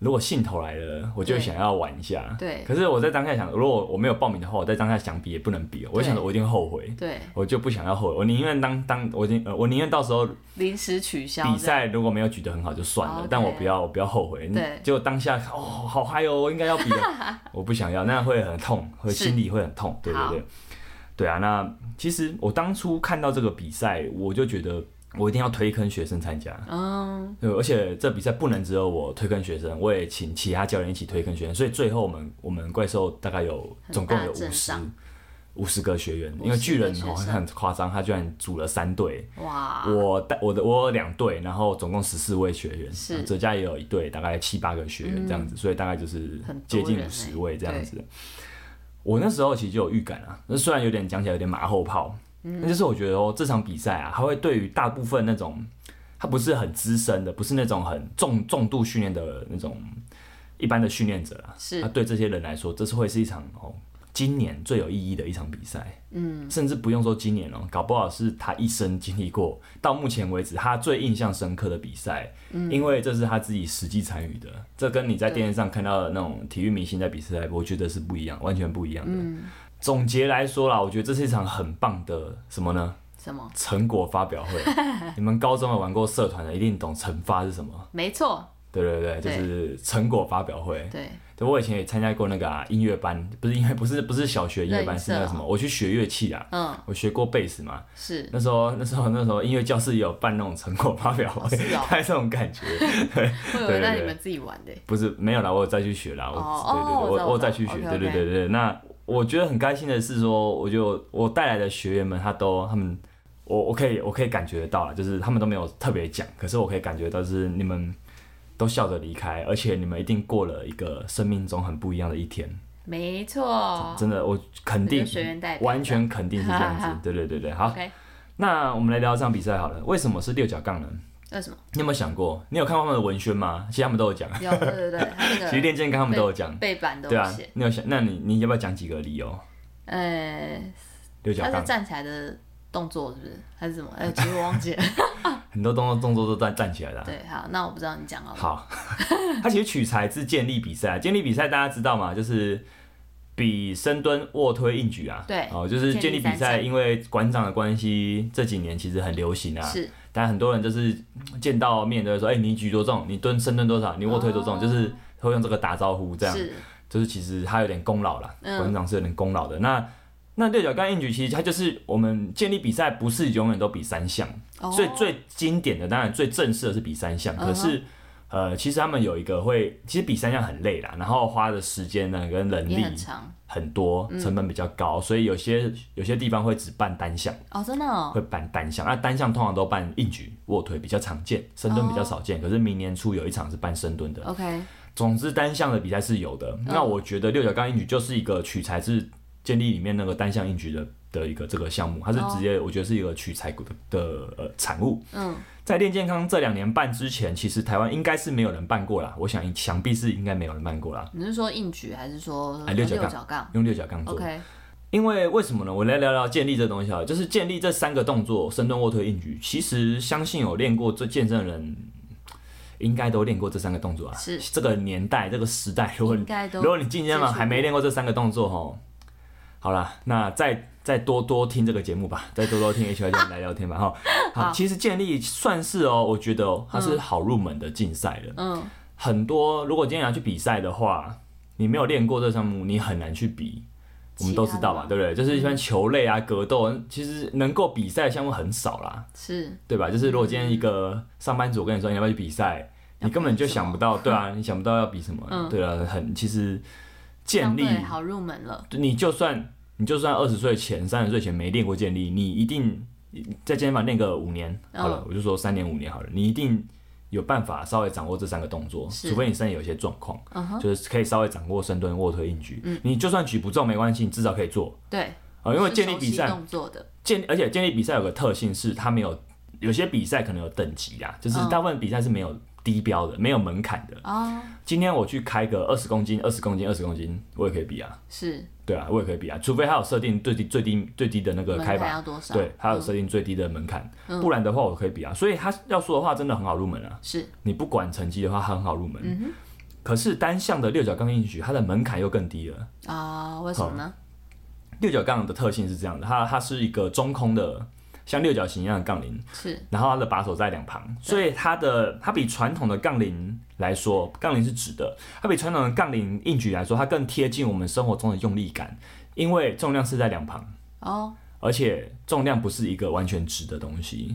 [SPEAKER 1] 如果兴头来了，我就
[SPEAKER 2] 对
[SPEAKER 1] 想要玩一下。
[SPEAKER 2] 对
[SPEAKER 1] 可是我在当下想，如果我没有报名的话，我在当下想比也不能比，我就想着我一定后悔，
[SPEAKER 2] 对，
[SPEAKER 1] 我就不想要后悔，我宁愿当当我宁呃我宁愿到时候
[SPEAKER 2] 临时取消
[SPEAKER 1] 比
[SPEAKER 2] 这样，
[SPEAKER 1] 赛如果没有举得很好就算了
[SPEAKER 2] OK
[SPEAKER 1] 但我不要我不要后悔。
[SPEAKER 2] 对
[SPEAKER 1] 就当下哦，好嗨哦，我应该要比的， 我不想要，那样会很痛，会
[SPEAKER 2] 是
[SPEAKER 1] 心里会很痛。对对
[SPEAKER 2] 好
[SPEAKER 1] 对，对啊。那其实我当初看到这个比赛，我就觉得我一定要推坑学生参加。
[SPEAKER 2] 嗯，
[SPEAKER 1] 对，而且这比赛不能只有我推坑学生，我也请其他教练一起推坑学生，所以最后我们我们怪兽大概有
[SPEAKER 2] 很
[SPEAKER 1] 总共
[SPEAKER 2] 大
[SPEAKER 1] 有五
[SPEAKER 2] 阵
[SPEAKER 1] 十
[SPEAKER 2] 仗
[SPEAKER 1] 五十个学员，
[SPEAKER 2] 50
[SPEAKER 1] 因为巨人
[SPEAKER 2] 个学
[SPEAKER 1] 好
[SPEAKER 2] 生
[SPEAKER 1] 像很夸张，他居然组了三队，
[SPEAKER 2] 哇，
[SPEAKER 1] 我带我的我有两队，然后总共十四位学员，啊
[SPEAKER 2] 是嗯
[SPEAKER 1] 哲家也有一队，大概七八个学员这样子，所以大概就是
[SPEAKER 2] 很多
[SPEAKER 1] 接近
[SPEAKER 2] 人
[SPEAKER 1] 五十
[SPEAKER 2] 欸
[SPEAKER 1] 位这样子。我那时候其实就有预感啊，那虽然有点讲起来有点马后炮，
[SPEAKER 2] 嗯
[SPEAKER 1] 那就是我觉得哦，这场比赛啊，它会对于大部分那种他不是很资深的，不是那种很重重度训练的那种一般的训练者啊，
[SPEAKER 2] 是
[SPEAKER 1] 那对这些人来说，这是会是一场哦。今年最有意义的一场比赛，嗯，甚至不用说今年哦、搞不好是他一生经历过到目前为止他最印象深刻的比赛，嗯，因为这是他自己实际参与的，这跟你在电视上看到的那种体育明星在比赛，我觉得是不一样，完全不一样的。总结来说啦，我觉得这是一场很棒的什么呢？
[SPEAKER 2] 什么？
[SPEAKER 1] 成果发表会。你们高中有玩过社团的，一定懂惩罚是什么。
[SPEAKER 2] 没错，
[SPEAKER 1] 对对对，就
[SPEAKER 2] 对
[SPEAKER 1] 是成果发表会。
[SPEAKER 2] 对，
[SPEAKER 1] 对，我以前也参加过那个啊音乐班，不是音乐，不是不是小学音乐班，
[SPEAKER 2] 乐音
[SPEAKER 1] 是
[SPEAKER 2] 社
[SPEAKER 1] 那个什么，我去学乐器啊，
[SPEAKER 2] 嗯，
[SPEAKER 1] 我学过贝斯嘛。
[SPEAKER 2] 是
[SPEAKER 1] 那时候那时候那时候音乐教室也有办那种成果发表会，
[SPEAKER 2] 哦是哦
[SPEAKER 1] 大概这种感觉。
[SPEAKER 2] 会
[SPEAKER 1] 对
[SPEAKER 2] 有
[SPEAKER 1] 对
[SPEAKER 2] 让
[SPEAKER 1] 对
[SPEAKER 2] 你们自己玩的，
[SPEAKER 1] 不是没有啦，我有再去学啦，我、
[SPEAKER 2] 哦
[SPEAKER 1] 对对
[SPEAKER 2] 哦
[SPEAKER 1] 对，
[SPEAKER 2] 我知道
[SPEAKER 1] 我有
[SPEAKER 2] 我知道
[SPEAKER 1] 再去学，对
[SPEAKER 2] OK，OK
[SPEAKER 1] 对对对。那我觉得很开心的是说，我就我带来的学员们，他都他们，我我可以我可以感觉得到啦，就是他们都没有特别讲，可是我可以感觉到就是你们都笑着离开，而且你们一定过了一个生命中很不一样的一天，
[SPEAKER 2] 没错，
[SPEAKER 1] 真的，我肯定
[SPEAKER 2] 你就哦学员代表，
[SPEAKER 1] 完全肯定是这样子 对对对对。好，
[SPEAKER 2] OK，
[SPEAKER 1] 那我们来聊这场比赛好了，为什么是六角杠呢？
[SPEAKER 2] 为什么？
[SPEAKER 1] 你有没有想过？你有看过他们的文宣吗？其实他们都有讲，
[SPEAKER 2] 有，对对 对，他那个
[SPEAKER 1] 其实练健康他们都有讲。
[SPEAKER 2] 背板都
[SPEAKER 1] 对
[SPEAKER 2] 有
[SPEAKER 1] 啊
[SPEAKER 2] 写，，
[SPEAKER 1] 你有想？那你你要不要讲几个理由？
[SPEAKER 2] 呃，
[SPEAKER 1] 六角
[SPEAKER 2] 他
[SPEAKER 1] 杠
[SPEAKER 2] 是站起来的动作是不是？还是什么？哎，其实我忘记 了。
[SPEAKER 1] 很多动作动作都站站起来的啊、
[SPEAKER 2] 对，好，那我不知道你讲好了。
[SPEAKER 1] 好， 它其实取材自健力比赛，健啊力比赛大家知道吗？就是比深蹲、卧推、硬举啊。
[SPEAKER 2] 对
[SPEAKER 1] 哦，就是健力比
[SPEAKER 2] 健力三
[SPEAKER 1] 赛，
[SPEAKER 2] 项
[SPEAKER 1] 因为馆长的关系，这几年其实很流行啊。
[SPEAKER 2] 是
[SPEAKER 1] 但很多人就是见到面都会说：“哎、你举多重？你蹲深蹲多少？你卧推多重？”
[SPEAKER 2] 哦
[SPEAKER 1] 就是会用这个打招呼这样。
[SPEAKER 2] 是，
[SPEAKER 1] 就是其实他有点功劳啦，
[SPEAKER 2] 嗯
[SPEAKER 1] 馆长是有点功劳的。那那六角杠硬举其实它就是我们建立比赛不是永远都比三项，
[SPEAKER 2] 哦
[SPEAKER 1] 所以最经典的当然最正式的是比三项，
[SPEAKER 2] 嗯哼
[SPEAKER 1] 可是呃，其实他们有一个会，其实比三项很累啦，然后花的时间呢跟人
[SPEAKER 2] 也
[SPEAKER 1] 力
[SPEAKER 2] 很长嗯
[SPEAKER 1] 很多，成本比较高，所以有些有些地方会只办单项，
[SPEAKER 2] 哦，真的哦，
[SPEAKER 1] 会办单项。那单项通常都办硬举、卧推比较常见，深蹲比较少见。可是明年初有一场是办深蹲的。
[SPEAKER 2] OK，
[SPEAKER 1] 总之单项的比赛是有的。那我觉得六角杠硬举就是一个取材自建立里面那个单项硬举的的一个这个项目，它是直接我觉得是一个取材的的呃产物。
[SPEAKER 2] 嗯，
[SPEAKER 1] 在练健康这两年半之前，其实台湾应该是没有人办过啦。我想想必是应该没有人办过啦，
[SPEAKER 2] 你是说硬举还是说
[SPEAKER 1] 哎六角杠
[SPEAKER 2] 杠
[SPEAKER 1] 用六角杠做。
[SPEAKER 2] ？OK，
[SPEAKER 1] 因为为什么呢？我来聊聊建立这东西啊，就是建立这三个动作：深蹲、卧推、硬举。其实相信有练过这健身的人，应该都练过这三个动作啊。
[SPEAKER 2] 是
[SPEAKER 1] 这个年代、这个时代， 如果
[SPEAKER 2] 应
[SPEAKER 1] 你
[SPEAKER 2] 该都
[SPEAKER 1] 如果你今天嘛
[SPEAKER 2] 接触过
[SPEAKER 1] 还没练过这三个动作吼，好啦，那再再多多听这个节目吧，再多多听 H Y 教来聊天吧哈。好，其实建立算是哦，我觉得哦，它是好入门的竞赛了。
[SPEAKER 2] 嗯，
[SPEAKER 1] 很多如果今天要去比赛的话，你没有练过这项目，你很难去比。我们都知道嘛，
[SPEAKER 2] 其他的
[SPEAKER 1] 对不对？就是一般球类啊、格斗，其实能够比赛的项目很少啦，
[SPEAKER 2] 是
[SPEAKER 1] 对吧？就是如果今天一个上班族我跟你说你要不要去比赛，
[SPEAKER 2] 要
[SPEAKER 1] 你根本就
[SPEAKER 2] 比什么
[SPEAKER 1] 想不到，对啊，你想不到要比什么，
[SPEAKER 2] 嗯
[SPEAKER 1] 对啊，很其实建
[SPEAKER 2] 相
[SPEAKER 1] 立
[SPEAKER 2] 对好入门了，
[SPEAKER 1] 你就算你就算二十岁前、三十岁前没练过健力，你一定在健身房练个五年
[SPEAKER 2] 嗯
[SPEAKER 1] 好了，我就说三年五年好了，你一定有办法稍微掌握这三个动作，
[SPEAKER 2] 是
[SPEAKER 1] 除非你身体有一些状况，
[SPEAKER 2] 嗯哼，
[SPEAKER 1] 就是可以稍微掌握深蹲、卧推、硬举。你就算举不重没关系，你至少可以做
[SPEAKER 2] 对，
[SPEAKER 1] 啊、呃因为
[SPEAKER 2] 是
[SPEAKER 1] 健力
[SPEAKER 2] 熟
[SPEAKER 1] 比
[SPEAKER 2] 悉
[SPEAKER 1] 赛
[SPEAKER 2] 动作的，
[SPEAKER 1] 健，而且健力比赛有个特性是它没有有些比赛可能有等级啊，就是
[SPEAKER 2] 嗯
[SPEAKER 1] 大部分比赛是没有低标的，没有门槛的。
[SPEAKER 2] 哦，
[SPEAKER 1] 今天我去开个二十公斤、二十公斤、二十公斤，我也可以比啊。
[SPEAKER 2] 是
[SPEAKER 1] 对啊，我也可以比啊，除非他有设定最低最低最低的那个
[SPEAKER 2] 门
[SPEAKER 1] 开
[SPEAKER 2] 槛
[SPEAKER 1] 法，
[SPEAKER 2] 要多少？
[SPEAKER 1] 对，他有
[SPEAKER 2] 嗯
[SPEAKER 1] 设定最低的门槛，
[SPEAKER 2] 嗯
[SPEAKER 1] 不然的话我可以比啊。所以他要说的话真的很好入门啊，
[SPEAKER 2] 是，
[SPEAKER 1] 你不管成绩的话，它很好入门。
[SPEAKER 2] 嗯
[SPEAKER 1] 可是单项的六角杠硬举，它的门槛又更低了。
[SPEAKER 2] 哼，啊，为什么呢？
[SPEAKER 1] 六角杠的特性是这样的，它它是一个中空的，像六角形一样的杠铃，
[SPEAKER 2] 是
[SPEAKER 1] 然后它的把手在两旁，所以它的它比传统的杠铃来说，杠铃是直的，它比传统的杠铃硬举来说，它更贴近我们生活中的用力感，因为重量是在两旁。
[SPEAKER 2] 哦，
[SPEAKER 1] 而且重量不是一个完全直的东西，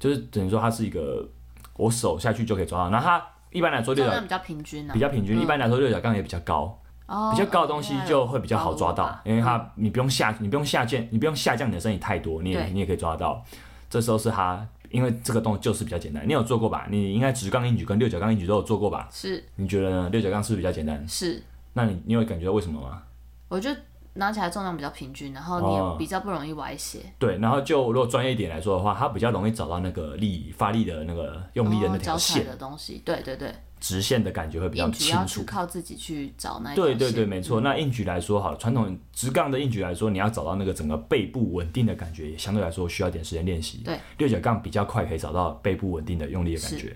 [SPEAKER 1] 就是等于说它是一个我手下去就可以抓到。然后它一般来说
[SPEAKER 2] 重
[SPEAKER 1] 六角
[SPEAKER 2] 量比较平均呢
[SPEAKER 1] 比，较平均，一般来说六角杠也比较高，
[SPEAKER 2] 嗯哦，
[SPEAKER 1] 比较高的东西就会比较好抓到，因为
[SPEAKER 2] 嗯
[SPEAKER 1] 它你不用下你不用下降你不用下降你的身体太多，你也
[SPEAKER 2] 对
[SPEAKER 1] 你也可以抓到。这时候是它，因为这个动作就是比较简单，你有做过吧？你应该直杠硬举跟六角杠硬举都有做过吧？
[SPEAKER 2] 是
[SPEAKER 1] 你觉得呢？六角杠是不是比较简单？
[SPEAKER 2] 是，
[SPEAKER 1] 那你你有感觉到为什么吗？
[SPEAKER 2] 我就拿起来重量比较平均，然后你
[SPEAKER 1] 哦
[SPEAKER 2] 也比较不容易歪斜，
[SPEAKER 1] 对，然后就如果专业一点来说的话，它比较容易找到那个力发力的那个用力的那
[SPEAKER 2] 哦
[SPEAKER 1] 条
[SPEAKER 2] 脚踩
[SPEAKER 1] 线，
[SPEAKER 2] 的东西，对对对，
[SPEAKER 1] 直线的感觉会比较
[SPEAKER 2] 硬举
[SPEAKER 1] 清
[SPEAKER 2] 要去
[SPEAKER 1] 楚。
[SPEAKER 2] 靠自己去找那一条
[SPEAKER 1] 对对对，
[SPEAKER 2] 线
[SPEAKER 1] 没错。那硬举来说，好了，传统直杠的硬举来说，你要找到那个整个背部稳定的感觉，也相对来说需要一点时间练习。
[SPEAKER 2] 对，
[SPEAKER 1] 六角杠比较快可以找到背部稳定的用力的感
[SPEAKER 2] 是
[SPEAKER 1] 觉。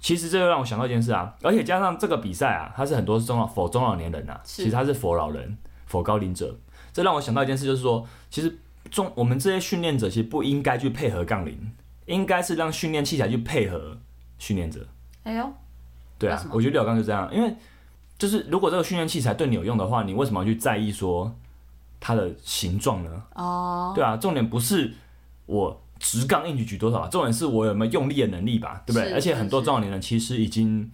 [SPEAKER 1] 其实这就让我想到一件事啊，而且加上这个比赛啊，它是很多是中老否中老年人啊，
[SPEAKER 2] 是
[SPEAKER 1] 其实它是否老人、否高龄者。这让我想到一件事，就是说，其实中我们这些训练者其实不应该去配合杠铃，应该是让训练器材去配合训练者。
[SPEAKER 2] 哎呦，
[SPEAKER 1] 对
[SPEAKER 2] 为
[SPEAKER 1] 啊
[SPEAKER 2] 什，么
[SPEAKER 1] 我觉得吊杠就这样，因为就是如果这个训练器材对你有用的话，你为什么要去在意说它的形状呢？
[SPEAKER 2] 哦，
[SPEAKER 1] 对啊，重点不是我直杠硬举举多少吧，重点是我有没有用力的能力吧，对不对？
[SPEAKER 2] 是
[SPEAKER 1] 而且
[SPEAKER 2] 是
[SPEAKER 1] 很多
[SPEAKER 2] 是
[SPEAKER 1] 中老年人其实已经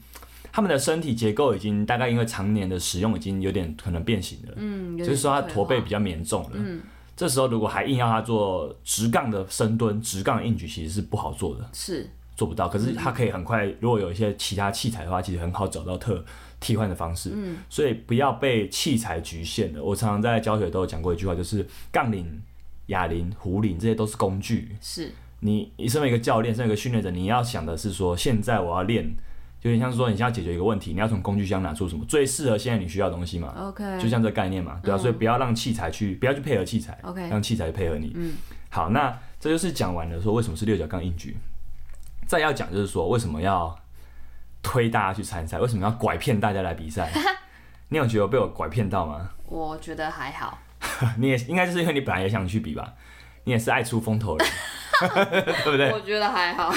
[SPEAKER 1] 他们的身体结构已经大概因为常年的使用已经有点可能变形了，
[SPEAKER 2] 嗯，
[SPEAKER 1] 就是说他驼背比
[SPEAKER 2] 较，
[SPEAKER 1] 较严重了。
[SPEAKER 2] 嗯，
[SPEAKER 1] 这时候如果还硬要他做直杠的深蹲、直杠硬举，其实是不好做的。
[SPEAKER 2] 是
[SPEAKER 1] 做不到，可是它可以很快，如果有一些其他器材的话，其实很好找到特替换的方式。
[SPEAKER 2] 嗯，
[SPEAKER 1] 所以不要被器材局限了。我常常在教学都有讲过一句话，就是杠铃、哑铃、壶铃这些都是工具。
[SPEAKER 2] 是，
[SPEAKER 1] 你你身为一个教练，身为一个训练者，你要想的是说，现在我要练，有点像是说你现在解决一个问题，你要从工具箱拿出什么最适合现在你需要的东西嘛，
[SPEAKER 2] OK，
[SPEAKER 1] 就像这个概念嘛，对啊，所以不要让器材去，不要去配合器材
[SPEAKER 2] OK
[SPEAKER 1] 让器材配合你。
[SPEAKER 2] 嗯，
[SPEAKER 1] 好，那这就是讲完了说为什么是六角杠硬举，再要讲就是说为什么要推大家去参赛，为什么要拐骗大家来比 赛？你有觉得被我拐骗到吗？
[SPEAKER 2] 我觉得还好，
[SPEAKER 1] 你也应该就是因为你本来也想去比吧，你也是爱出风头的人， 对不对？
[SPEAKER 2] 我觉得还好，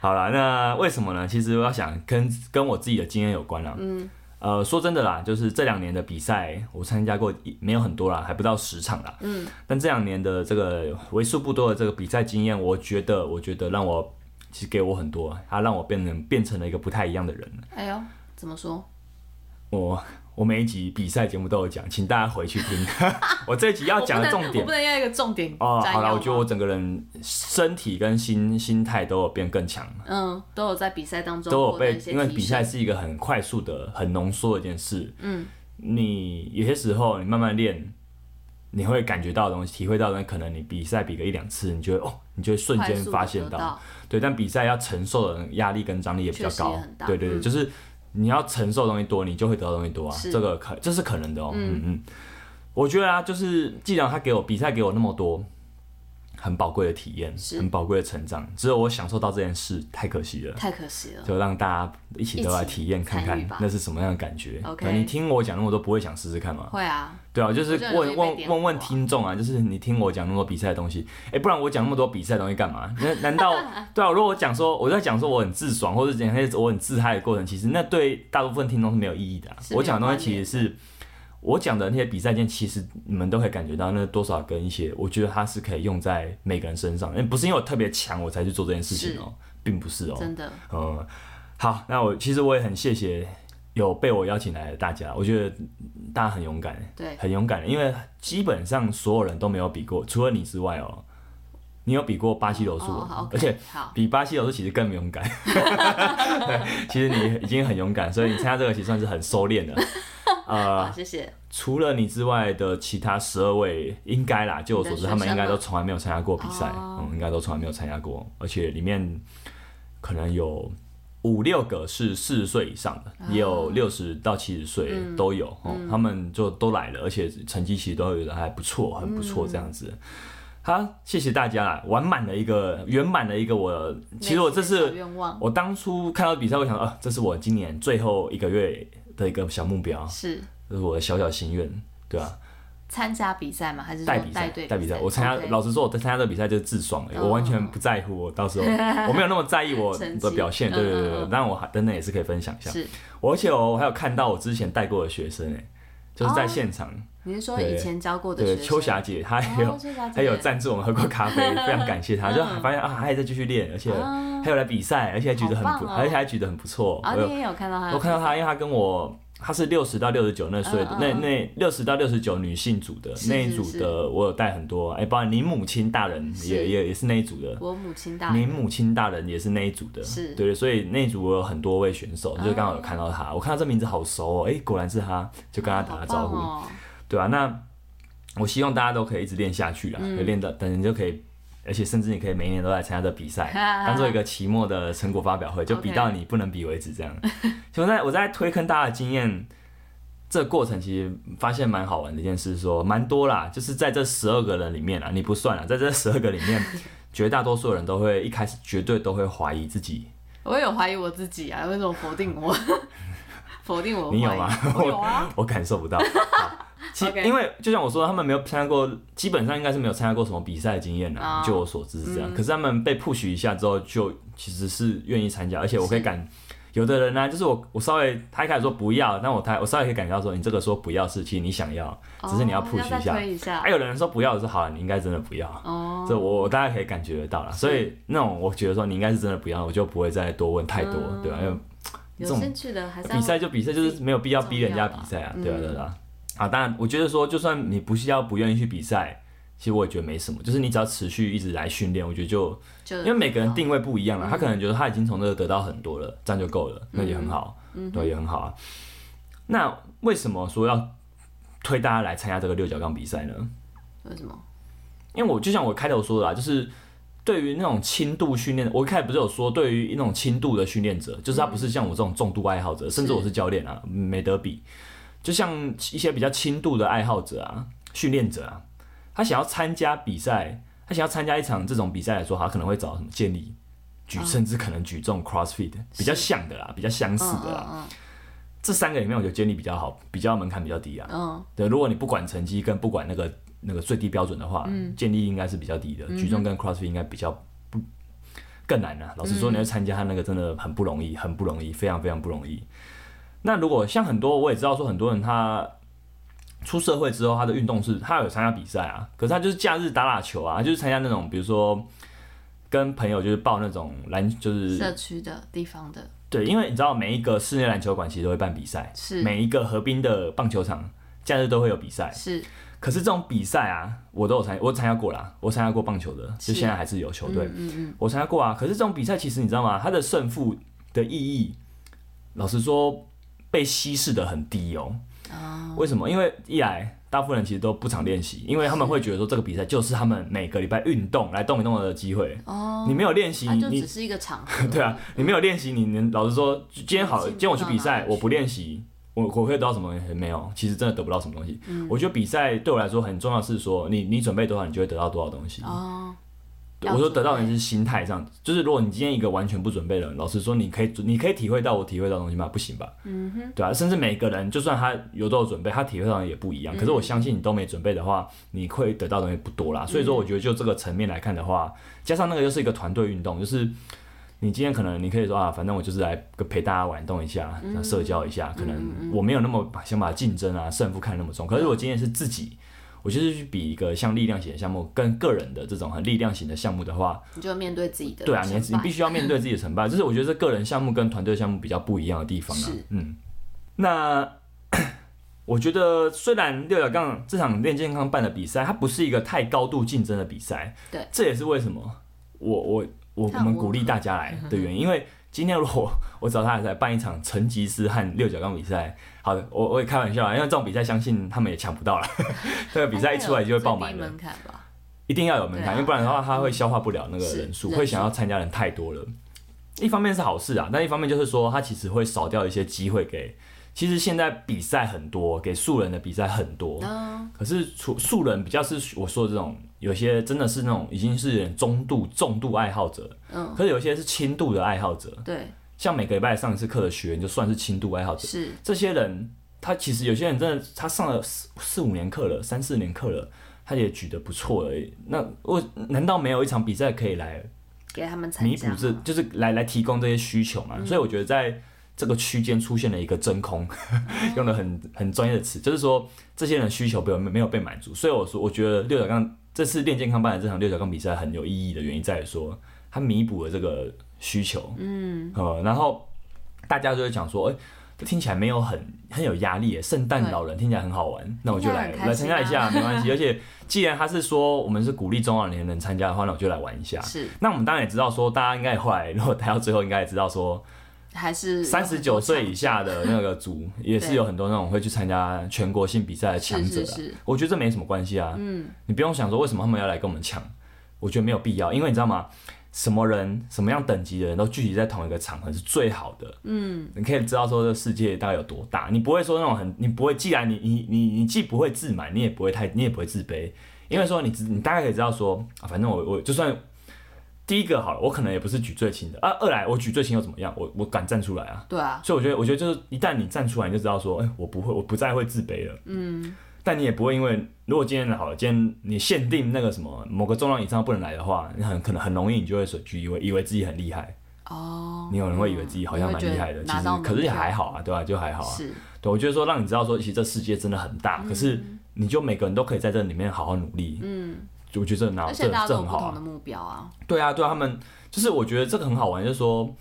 [SPEAKER 1] 好了，那为什么呢？其实我要想跟跟我自己的经验有关啦。嗯，呃，说真的啦，就是这两年的比赛，我参加过一没有很多啦，还不到十场啦。嗯，但这两年的这个为数不多的这个比赛经验，我觉得，我觉得让我其实给我很多，他让我变成变成了一个不太一样的人。
[SPEAKER 2] 哎呦，怎么说？
[SPEAKER 1] 我我每一集比赛节目都有讲，请大家回去 听。我这一集要讲的重
[SPEAKER 2] 我
[SPEAKER 1] 点
[SPEAKER 2] 不能要一个重点
[SPEAKER 1] 哦，
[SPEAKER 2] 摘
[SPEAKER 1] 好了，
[SPEAKER 2] 要
[SPEAKER 1] 我觉得
[SPEAKER 2] 吗
[SPEAKER 1] 我整个人身体跟心心态都有变更强，
[SPEAKER 2] 嗯，都有在比赛当中
[SPEAKER 1] 都有
[SPEAKER 2] 获得
[SPEAKER 1] 被
[SPEAKER 2] 一些
[SPEAKER 1] 因为
[SPEAKER 2] 提
[SPEAKER 1] 比赛
[SPEAKER 2] 升
[SPEAKER 1] 是一个很快速的、很浓缩的一件事。
[SPEAKER 2] 嗯，
[SPEAKER 1] 你有些时候你慢慢练，你会感觉到的东西、体会到的东西，可能你比赛比个一两次，你就会哦，你就会瞬
[SPEAKER 2] 快
[SPEAKER 1] 间
[SPEAKER 2] 速地
[SPEAKER 1] 发现
[SPEAKER 2] 得
[SPEAKER 1] 到。
[SPEAKER 2] 到，
[SPEAKER 1] 对，但比赛要承受的压力跟张力也比较
[SPEAKER 2] 确实也
[SPEAKER 1] 高
[SPEAKER 2] 很，大
[SPEAKER 1] 对对对，
[SPEAKER 2] 嗯
[SPEAKER 1] 就是你要承受的东西多，你就会得到东西多啊，
[SPEAKER 2] 是
[SPEAKER 1] 这个可这是可能的哦，
[SPEAKER 2] 嗯
[SPEAKER 1] 嗯嗯，我觉得啊，就是既然他给我比赛给我那么多很宝贵的体验，
[SPEAKER 2] 是
[SPEAKER 1] 很宝贵的成长，只有我享受到这件事，太可惜了。
[SPEAKER 2] 太可惜 了。
[SPEAKER 1] 就让大家一起都来体验看
[SPEAKER 2] 参与
[SPEAKER 1] 看
[SPEAKER 2] 吧
[SPEAKER 1] 那是什么样的感觉。
[SPEAKER 2] OK
[SPEAKER 1] 对你听我讲那么多，不会想试试看吗？
[SPEAKER 2] 会啊，
[SPEAKER 1] 对啊，就是
[SPEAKER 2] 我觉得很容易
[SPEAKER 1] 问问
[SPEAKER 2] 被颠覆啊
[SPEAKER 1] 问问听众啊，就是你听我讲那么多比赛的东西，哎、不然我讲那么多比赛的东西干嘛？那难 道对啊？如果我讲说我在讲说我很自爽，或者讲些我很自嗨的过程，其实那对大部分听众是没有意义的啊、
[SPEAKER 2] 是没有
[SPEAKER 1] 我讲的东西其实是我讲的那些比赛件，其实你们都可以感觉到，那多少跟一些，我觉得它是可以用在每个人身上，那不是因为我特别强我才去做这件事情哦、并不是哦、
[SPEAKER 2] 真的
[SPEAKER 1] 嗯，好，那我其实我也很谢谢有被我邀请来的大家，我觉得大家很勇敢，
[SPEAKER 2] 对
[SPEAKER 1] 很勇敢，因为基本上所有人都没有比过，除了你之外哦，你有比过巴西柔术
[SPEAKER 2] 哦好，OK，
[SPEAKER 1] 而且
[SPEAKER 2] 好
[SPEAKER 1] 比巴西柔术其实更勇敢。 对其实你已经很勇敢，所以你参加这个其实算是很收敛的。
[SPEAKER 2] 好，
[SPEAKER 1] 呃，
[SPEAKER 2] 谢谢。
[SPEAKER 1] 除了你之外的其他十二位，应该啦，就我所知，他们应该都从来没有参加过比赛，
[SPEAKER 2] 哦
[SPEAKER 1] 嗯，应该都从来没有参加过，而且里面可能有五六个是四十岁以上的，也有六十到七十岁都有，哦，他们就都来了，而且成绩其实都有的还不错，很不错这样子。好，谢谢大家啦，完满了一个圆满了一个我，其实我这
[SPEAKER 2] 内心的
[SPEAKER 1] 次
[SPEAKER 2] 小愿望
[SPEAKER 1] 我当初看到比赛，我想啊，这是我今年最后一个月的一个小目标，
[SPEAKER 2] 是
[SPEAKER 1] 这是我的小小心愿，对啊，
[SPEAKER 2] 参加比赛吗？还是说
[SPEAKER 1] 带比赛
[SPEAKER 2] 带，队
[SPEAKER 1] 带比赛，我参加，
[SPEAKER 2] OK
[SPEAKER 1] 老实说，我参加这个比赛就是自爽而已，
[SPEAKER 2] 哦
[SPEAKER 1] 我完全不在乎我到 时候，我没有那么在意我
[SPEAKER 2] 成绩
[SPEAKER 1] 的表现，对对对
[SPEAKER 2] 嗯嗯
[SPEAKER 1] 对
[SPEAKER 2] 嗯，
[SPEAKER 1] 但我还等等也是可以分享一下，
[SPEAKER 2] 是
[SPEAKER 1] 我而且我还有看到我之前带过的学生，哎，就是在
[SPEAKER 2] 哦
[SPEAKER 1] 现场，
[SPEAKER 2] 你是说
[SPEAKER 1] 对
[SPEAKER 2] 以前教过的学
[SPEAKER 1] 对
[SPEAKER 2] 生？
[SPEAKER 1] 秋霞姐她也有
[SPEAKER 2] 哦，。秋霞姐
[SPEAKER 1] 还有赞助我们喝过咖啡，非常感谢她，就发现啊，她还在继续练，而且
[SPEAKER 2] 啊
[SPEAKER 1] 还有来比赛，而且还举得很
[SPEAKER 2] 好
[SPEAKER 1] 不，
[SPEAKER 2] 棒哦
[SPEAKER 1] 而且还举得很不错。
[SPEAKER 2] 啊，
[SPEAKER 1] 我有
[SPEAKER 2] 你也有看到他，
[SPEAKER 1] 我看到她，因为她跟我，她是六十到六十九那岁
[SPEAKER 2] 嗯
[SPEAKER 1] 的，
[SPEAKER 2] 嗯
[SPEAKER 1] 那
[SPEAKER 2] 嗯
[SPEAKER 1] 那六十到六十九女性组的
[SPEAKER 2] 是
[SPEAKER 1] 那一
[SPEAKER 2] 是
[SPEAKER 1] 组
[SPEAKER 2] 是
[SPEAKER 1] 的，我有带很多，哎，包括你母亲大人
[SPEAKER 2] 是
[SPEAKER 1] 也也也是那一组的。
[SPEAKER 2] 我母亲大
[SPEAKER 1] 你母亲大人也是那一组的，
[SPEAKER 2] 是
[SPEAKER 1] 对，所以那一组我有很多位选手，就刚好有
[SPEAKER 2] 啊
[SPEAKER 1] 看到她，我看到这名字好熟哦，哎，果然是她，就跟她打了招呼，
[SPEAKER 2] 哦
[SPEAKER 1] 对啊，那我希望大家都可以一直练下去啦，
[SPEAKER 2] 嗯
[SPEAKER 1] 就练到等你就可以，而且甚至你可以每一年都来参加这比 赛，当做一个期末的成果发表会，就
[SPEAKER 2] OK
[SPEAKER 1] 比到你不能比为止这样。 就在我在推坑大家的经验，这个过程其实发现蛮好玩的一件事说蛮多啦，就是在这十二个人里面啊，你不算啦，在这十二个里面，绝大多数人都会一开始绝对都会怀疑自己，
[SPEAKER 2] 我有怀疑我自己啊，为什么否定我？ 否定我？
[SPEAKER 1] 你有吗？
[SPEAKER 2] 哦 我有啊，
[SPEAKER 1] 我感受不 到。好其
[SPEAKER 2] OK
[SPEAKER 1] 因为就像我说，他们没有参加过，基本上应该是没有参加过什么比赛的经验啦。
[SPEAKER 2] 哦
[SPEAKER 1] 就我所知是这样。可是他们被 push 一下之后，就其实是愿意参加，而且我可以感，有的人呢、啊就是我我稍微他一开始说不要，但我他我稍微可以感觉到说，你这个说不要是其实你想要，只是你要
[SPEAKER 2] 哦
[SPEAKER 1] push
[SPEAKER 2] 再
[SPEAKER 1] 一下。哎
[SPEAKER 2] 推一下
[SPEAKER 1] 还、。有的人说不要的时候，好了，你应该真的不要。
[SPEAKER 2] 哦，
[SPEAKER 1] 这我我大概可以感觉得到啦，所以那种我觉得说你应该是真的不要，我就不会再多问太多，
[SPEAKER 2] 嗯
[SPEAKER 1] 对吧、因为这
[SPEAKER 2] 有
[SPEAKER 1] 种
[SPEAKER 2] 兴趣的还是要
[SPEAKER 1] 比赛就比赛，就是没有必要逼人家
[SPEAKER 2] 重
[SPEAKER 1] 比
[SPEAKER 2] 要吧
[SPEAKER 1] 赛啊，
[SPEAKER 2] 嗯
[SPEAKER 1] 对啊对啊对啊。啊，当然，我觉得说，就算你不是要不愿意去比赛，其实我也觉得没什么，就是你只要持续一直来训练，我觉得就
[SPEAKER 2] 就
[SPEAKER 1] 因为每个人定位不一
[SPEAKER 2] 嗯
[SPEAKER 1] 样了，他可能觉得他已经从这个得到很多了，这样就够了，那也很好，
[SPEAKER 2] 嗯
[SPEAKER 1] 对，也很好啊。那为什么说要推大家来参加这个六角杠比赛呢？
[SPEAKER 2] 为什么？
[SPEAKER 1] 因为我就像我开头说的啦，就是对于那种轻度训练，我一开始不是有说，对于那种轻度的训练者，就是他不是像我这种重度爱好者，甚至我是教练啊，没得比。就像一些比较轻度的爱好者啊，训练者啊，他想要参加比赛，他想要参加一场这种比赛来说，他可能会找什么建立举，甚至可能举重、CrossFit 比较像的啦，比较相似的啊啦。
[SPEAKER 2] 嗯
[SPEAKER 1] 这三个里面，我觉得建立比较好，比较门槛比较低啊。
[SPEAKER 2] 嗯嗯，
[SPEAKER 1] 对，如果你不管成绩跟不管那个那个最低标准的话，
[SPEAKER 2] 嗯
[SPEAKER 1] 建立应该是比较低的。举重跟 CrossFit 应该比较不更难啊。老实
[SPEAKER 2] 嗯
[SPEAKER 1] 说，你要参加他那个真的很不容易，很不容易，非常非常不容易。那如果像很多我也知道说很多人他出社会之后，他的运动是他有参加比赛啊，可是他就是假日打打球啊，他就是参加那种比如说跟朋友就是报那种篮，就是
[SPEAKER 2] 社区的地方的，
[SPEAKER 1] 对，因为你知道每一个室内篮球馆其实都会办比赛，
[SPEAKER 2] 是
[SPEAKER 1] 每一个河滨的棒球场假日都会有比赛。
[SPEAKER 2] 是
[SPEAKER 1] 可是这种比赛啊，我都有参，我参加过啦，我参加过棒球的，就是现在还是有球队，
[SPEAKER 2] 嗯嗯嗯，
[SPEAKER 1] 我参加过啊。可是这种比赛其实你知道吗？它的胜负的意义，老实说被稀释的很低哦、
[SPEAKER 2] 啊、
[SPEAKER 1] 为什么？因为一来大部分人其实都不常练习，因为他们会觉得说这个比赛就是他们每个礼拜运动来动一动的机会。
[SPEAKER 2] 哦，
[SPEAKER 1] 你没有练习，
[SPEAKER 2] 它
[SPEAKER 1] 你
[SPEAKER 2] 就
[SPEAKER 1] 你
[SPEAKER 2] 只是一个场合
[SPEAKER 1] ，对啊，你没有练习，你能老实说，今天好了，
[SPEAKER 2] 进
[SPEAKER 1] 今天我
[SPEAKER 2] 步
[SPEAKER 1] 去比
[SPEAKER 2] 到哪
[SPEAKER 1] 赛，
[SPEAKER 2] 里
[SPEAKER 1] 我
[SPEAKER 2] 去
[SPEAKER 1] 不练习，我我会得到什么东西？没有，其实真的得不到什么东西。
[SPEAKER 2] 嗯
[SPEAKER 1] 我觉得比赛对我来说很重要，是说你你准备多少，你就会得到多少东西。
[SPEAKER 2] 哦，
[SPEAKER 1] 对
[SPEAKER 2] 要
[SPEAKER 1] 我说得
[SPEAKER 2] 准
[SPEAKER 1] 到
[SPEAKER 2] 备
[SPEAKER 1] 的是心态上，就是如果你今天一个完全不准备的人，老实说，你可以你可以体会到我体会到的东西吗？不行吧？
[SPEAKER 2] 嗯哼，
[SPEAKER 1] 对啊，甚至每个人就算他有都有准备，他体会到的也不一样。
[SPEAKER 2] 嗯
[SPEAKER 1] 可是我相信你都没准备的话，你会得到的东西不多啦。所以说，
[SPEAKER 2] 嗯
[SPEAKER 1] 我觉得就这个层面来看的话，加上那个又是一个团队运动，就是你今天可能你可以说啊，反正我就是来陪大家玩动一下，那社交一下，可能我没有那么把想把竞争啊胜负看得那么重。可是如果今天是自己。我就是去比一个像力量型的项目跟个人的这种很力量型的项目的话，
[SPEAKER 2] 你就面对自己的
[SPEAKER 1] 对啊，你
[SPEAKER 2] 成
[SPEAKER 1] 你
[SPEAKER 2] 败
[SPEAKER 1] 必须要面对自己的成败，这是我觉得这个人项目跟团队项目比较不一样的地方啊
[SPEAKER 2] 是。
[SPEAKER 1] 嗯，那 我觉得虽然六角杠这场练健康办的比赛，它不是一个太高度竞争的比赛，
[SPEAKER 2] 对，
[SPEAKER 1] 这也是为什么我我我
[SPEAKER 2] 它
[SPEAKER 1] 我
[SPEAKER 2] 很
[SPEAKER 1] 们
[SPEAKER 2] 温
[SPEAKER 1] 鼓励大家来的原因，因为。今天如果我找他来办一场成吉思汗六角杠比赛，好的，我我也开玩笑啊，因为这种比赛相信他们也抢不到了， 这个比赛一出来就会爆满
[SPEAKER 2] 最低
[SPEAKER 1] 了。
[SPEAKER 2] 门槛吧？
[SPEAKER 1] 一定要有门槛，
[SPEAKER 2] 对啊
[SPEAKER 1] 因为不然的话，他会消化不了那个
[SPEAKER 2] 是
[SPEAKER 1] 人数，
[SPEAKER 2] 人数
[SPEAKER 1] 会想要参加人太多了。一方面是好事啊，但一方面就是说，他其实会少掉一些机会给。其实现在比赛很多，给素人的比赛很多，
[SPEAKER 2] 嗯，
[SPEAKER 1] 可是除素人比较是我说的这种，有些真的是那种已经是有点中度、重度爱好者，
[SPEAKER 2] 嗯，
[SPEAKER 1] 可是有些是轻度的爱好者，
[SPEAKER 2] 对，
[SPEAKER 1] 像每个礼拜上一次课的学员就算是轻度爱好者，
[SPEAKER 2] 是
[SPEAKER 1] 这些人，他其实有些人真的，他上了四四五年课了，三四年课了，他也举得不错而已。那我难道没有一场比赛可以来
[SPEAKER 2] 给他们哦参
[SPEAKER 1] 弥
[SPEAKER 2] 加
[SPEAKER 1] 补
[SPEAKER 2] 吗，
[SPEAKER 1] 这，就是来来提供这些需求
[SPEAKER 2] 嗯
[SPEAKER 1] 嘛？所以我觉得在这个区间出现了一个真空， 用了很很专业的词，就是说这些人的需求没有没有被满足。所以我说，我觉得六角杠这次练健康班的这场六角杠比赛很有意义的原因在于说，它弥补了这个需求。嗯，呃，然后大家就会讲说，哎、这听起来没有很很有压力耶，圣诞老人听起来很好玩，那我就来
[SPEAKER 2] 嗯听起来很开
[SPEAKER 1] 来参加一
[SPEAKER 2] 心啊
[SPEAKER 1] 下，没关系。而且既然他是说我们是鼓励中老年人参加的话，那我就来玩一下。
[SPEAKER 2] 是
[SPEAKER 1] 那我们当然也知道说，大家应该也后来 如果待到最后，应该也知道说，
[SPEAKER 2] 还是
[SPEAKER 1] 三十九岁以下的那个 组也是有很多那种会去参加全国性比赛的强
[SPEAKER 2] 是
[SPEAKER 1] 者
[SPEAKER 2] 是
[SPEAKER 1] 啊。
[SPEAKER 2] 是，
[SPEAKER 1] 我觉得这没什么关系啊，
[SPEAKER 2] 嗯，
[SPEAKER 1] 你不用想说为什么他们要来跟我们抢，我觉得没有必要，因为你知道吗？什么人、什么样等级的人都聚集在同一个场合是最好的。嗯，你可以知道说这世界大概有多大，你不会说那种很，你不会，既然你你你你既不会自满，你也不会太，你也不会自卑，因为说你知你大概可以知道说，啊、反正我我就算第一个好了，我可能也不是举最轻的啊，二来我举最轻又怎么样？我我敢站出来啊，
[SPEAKER 2] 对啊，
[SPEAKER 1] 所以我觉得，我觉得就是一旦你站出来，你就知道说，哎、我不会，我不再会自卑了。嗯。但你也不会因为，如果今天好了，今天你限定那个什么某个重量以上不能来的话，你很可能很容易你就会所去以为以为自己很厉害，
[SPEAKER 2] 哦，
[SPEAKER 1] 你有人会以为自己好像蛮厉害的，其
[SPEAKER 2] 你会觉得拿
[SPEAKER 1] 实
[SPEAKER 2] 到门
[SPEAKER 1] 可是也
[SPEAKER 2] 票
[SPEAKER 1] 还好啊，对吧、就还好啊。
[SPEAKER 2] 是嗯
[SPEAKER 1] 对，我就是说让你知道说，其实这世界真的很大，可是你就每个人都可以在这里面好好努力。嗯。我觉得这哪
[SPEAKER 2] 而
[SPEAKER 1] 这
[SPEAKER 2] 且大家
[SPEAKER 1] 这
[SPEAKER 2] 都有
[SPEAKER 1] 很
[SPEAKER 2] 不
[SPEAKER 1] 好啊
[SPEAKER 2] 同的。目标啊，
[SPEAKER 1] 对啊，对啊，他们就是我觉得这个很好玩，就是说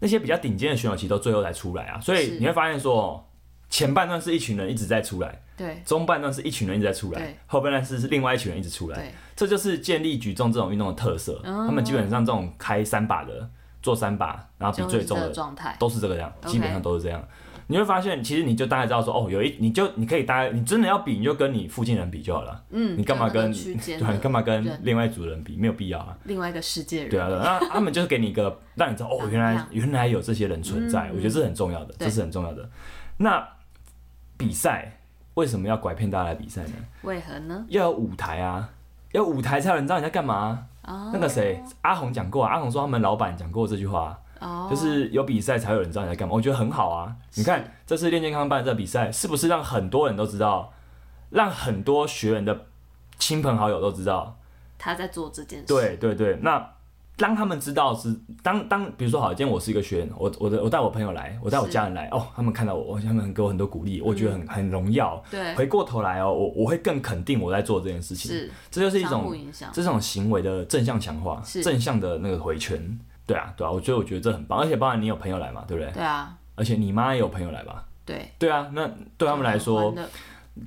[SPEAKER 1] 那些比较顶尖的选手其实都最后才出来啊，所以
[SPEAKER 2] 是
[SPEAKER 1] 你会发现说，哦前半段是一群人一直在出来，
[SPEAKER 2] 对
[SPEAKER 1] 中半段是一群人一直在出来
[SPEAKER 2] 对，
[SPEAKER 1] 后半段是是另外一群人一直出来，
[SPEAKER 2] 对，
[SPEAKER 1] 这就是建立举重这种运动的特色。
[SPEAKER 2] 哦
[SPEAKER 1] 他们基本上这种开三把的，做三把，然后比
[SPEAKER 2] 就
[SPEAKER 1] 最
[SPEAKER 2] 是这
[SPEAKER 1] 重
[SPEAKER 2] 个
[SPEAKER 1] 的
[SPEAKER 2] 状态，
[SPEAKER 1] 都是这个样，
[SPEAKER 2] OK
[SPEAKER 1] 基本上都是这样。你会发现，其实你就大概知道说，哦，有一你就你可以大概，你真的要比，你就跟你附近人比就好了。
[SPEAKER 2] 嗯，
[SPEAKER 1] 你干嘛
[SPEAKER 2] 就那个
[SPEAKER 1] 跟
[SPEAKER 2] 区间
[SPEAKER 1] 对啊，你干
[SPEAKER 2] 嘛
[SPEAKER 1] 嘛跟
[SPEAKER 2] 人
[SPEAKER 1] 另外一组人比？没有必要啊。
[SPEAKER 2] 另外一个世界人？
[SPEAKER 1] 对啊，对啊那他们就是给你一个让你知道哦，原
[SPEAKER 2] 榜
[SPEAKER 1] 来
[SPEAKER 2] 样
[SPEAKER 1] 原来有这些人存在，我觉得这是很重要的，
[SPEAKER 2] 嗯对
[SPEAKER 1] 这是很重要的。那比赛为什么要拐骗大家来比赛呢？
[SPEAKER 2] 为何呢？
[SPEAKER 1] 要有舞台啊，要有舞台才有人知道你在干嘛啊、
[SPEAKER 2] 哦
[SPEAKER 1] 那个谁，阿红讲过、啊，阿红说他们老板讲过这句话啊、
[SPEAKER 2] 哦，
[SPEAKER 1] 就是有比赛才有人知道你在干嘛，我觉得很好啊。你看这次练健康班的这比赛，是不是让很多人都知道，让很多学员的亲朋好友都知道？
[SPEAKER 2] 他在做这件事，
[SPEAKER 1] 对对对，那当他们知道是当当，比如说好，今天我是一个学员，我我的我带我朋友来，我带我家人来，哦，他们看到我，哇他们给我很多鼓励，我觉得很很荣耀。
[SPEAKER 2] 对，
[SPEAKER 1] 回过头来哦，我我会更肯定我在做这件事情，
[SPEAKER 2] 嗯是
[SPEAKER 1] 这就是一
[SPEAKER 2] 相互
[SPEAKER 1] 种
[SPEAKER 2] 影响，
[SPEAKER 1] 这种行为的正向强化，
[SPEAKER 2] 是
[SPEAKER 1] 正向的那个回圈。对啊，对啊，我觉得我觉得这很棒，而且包含你有朋友来嘛，对不对？
[SPEAKER 2] 对啊，
[SPEAKER 1] 而且你妈也有朋友来吧？
[SPEAKER 2] 对，
[SPEAKER 1] 对啊，那对他们来说，
[SPEAKER 2] 很欢乐，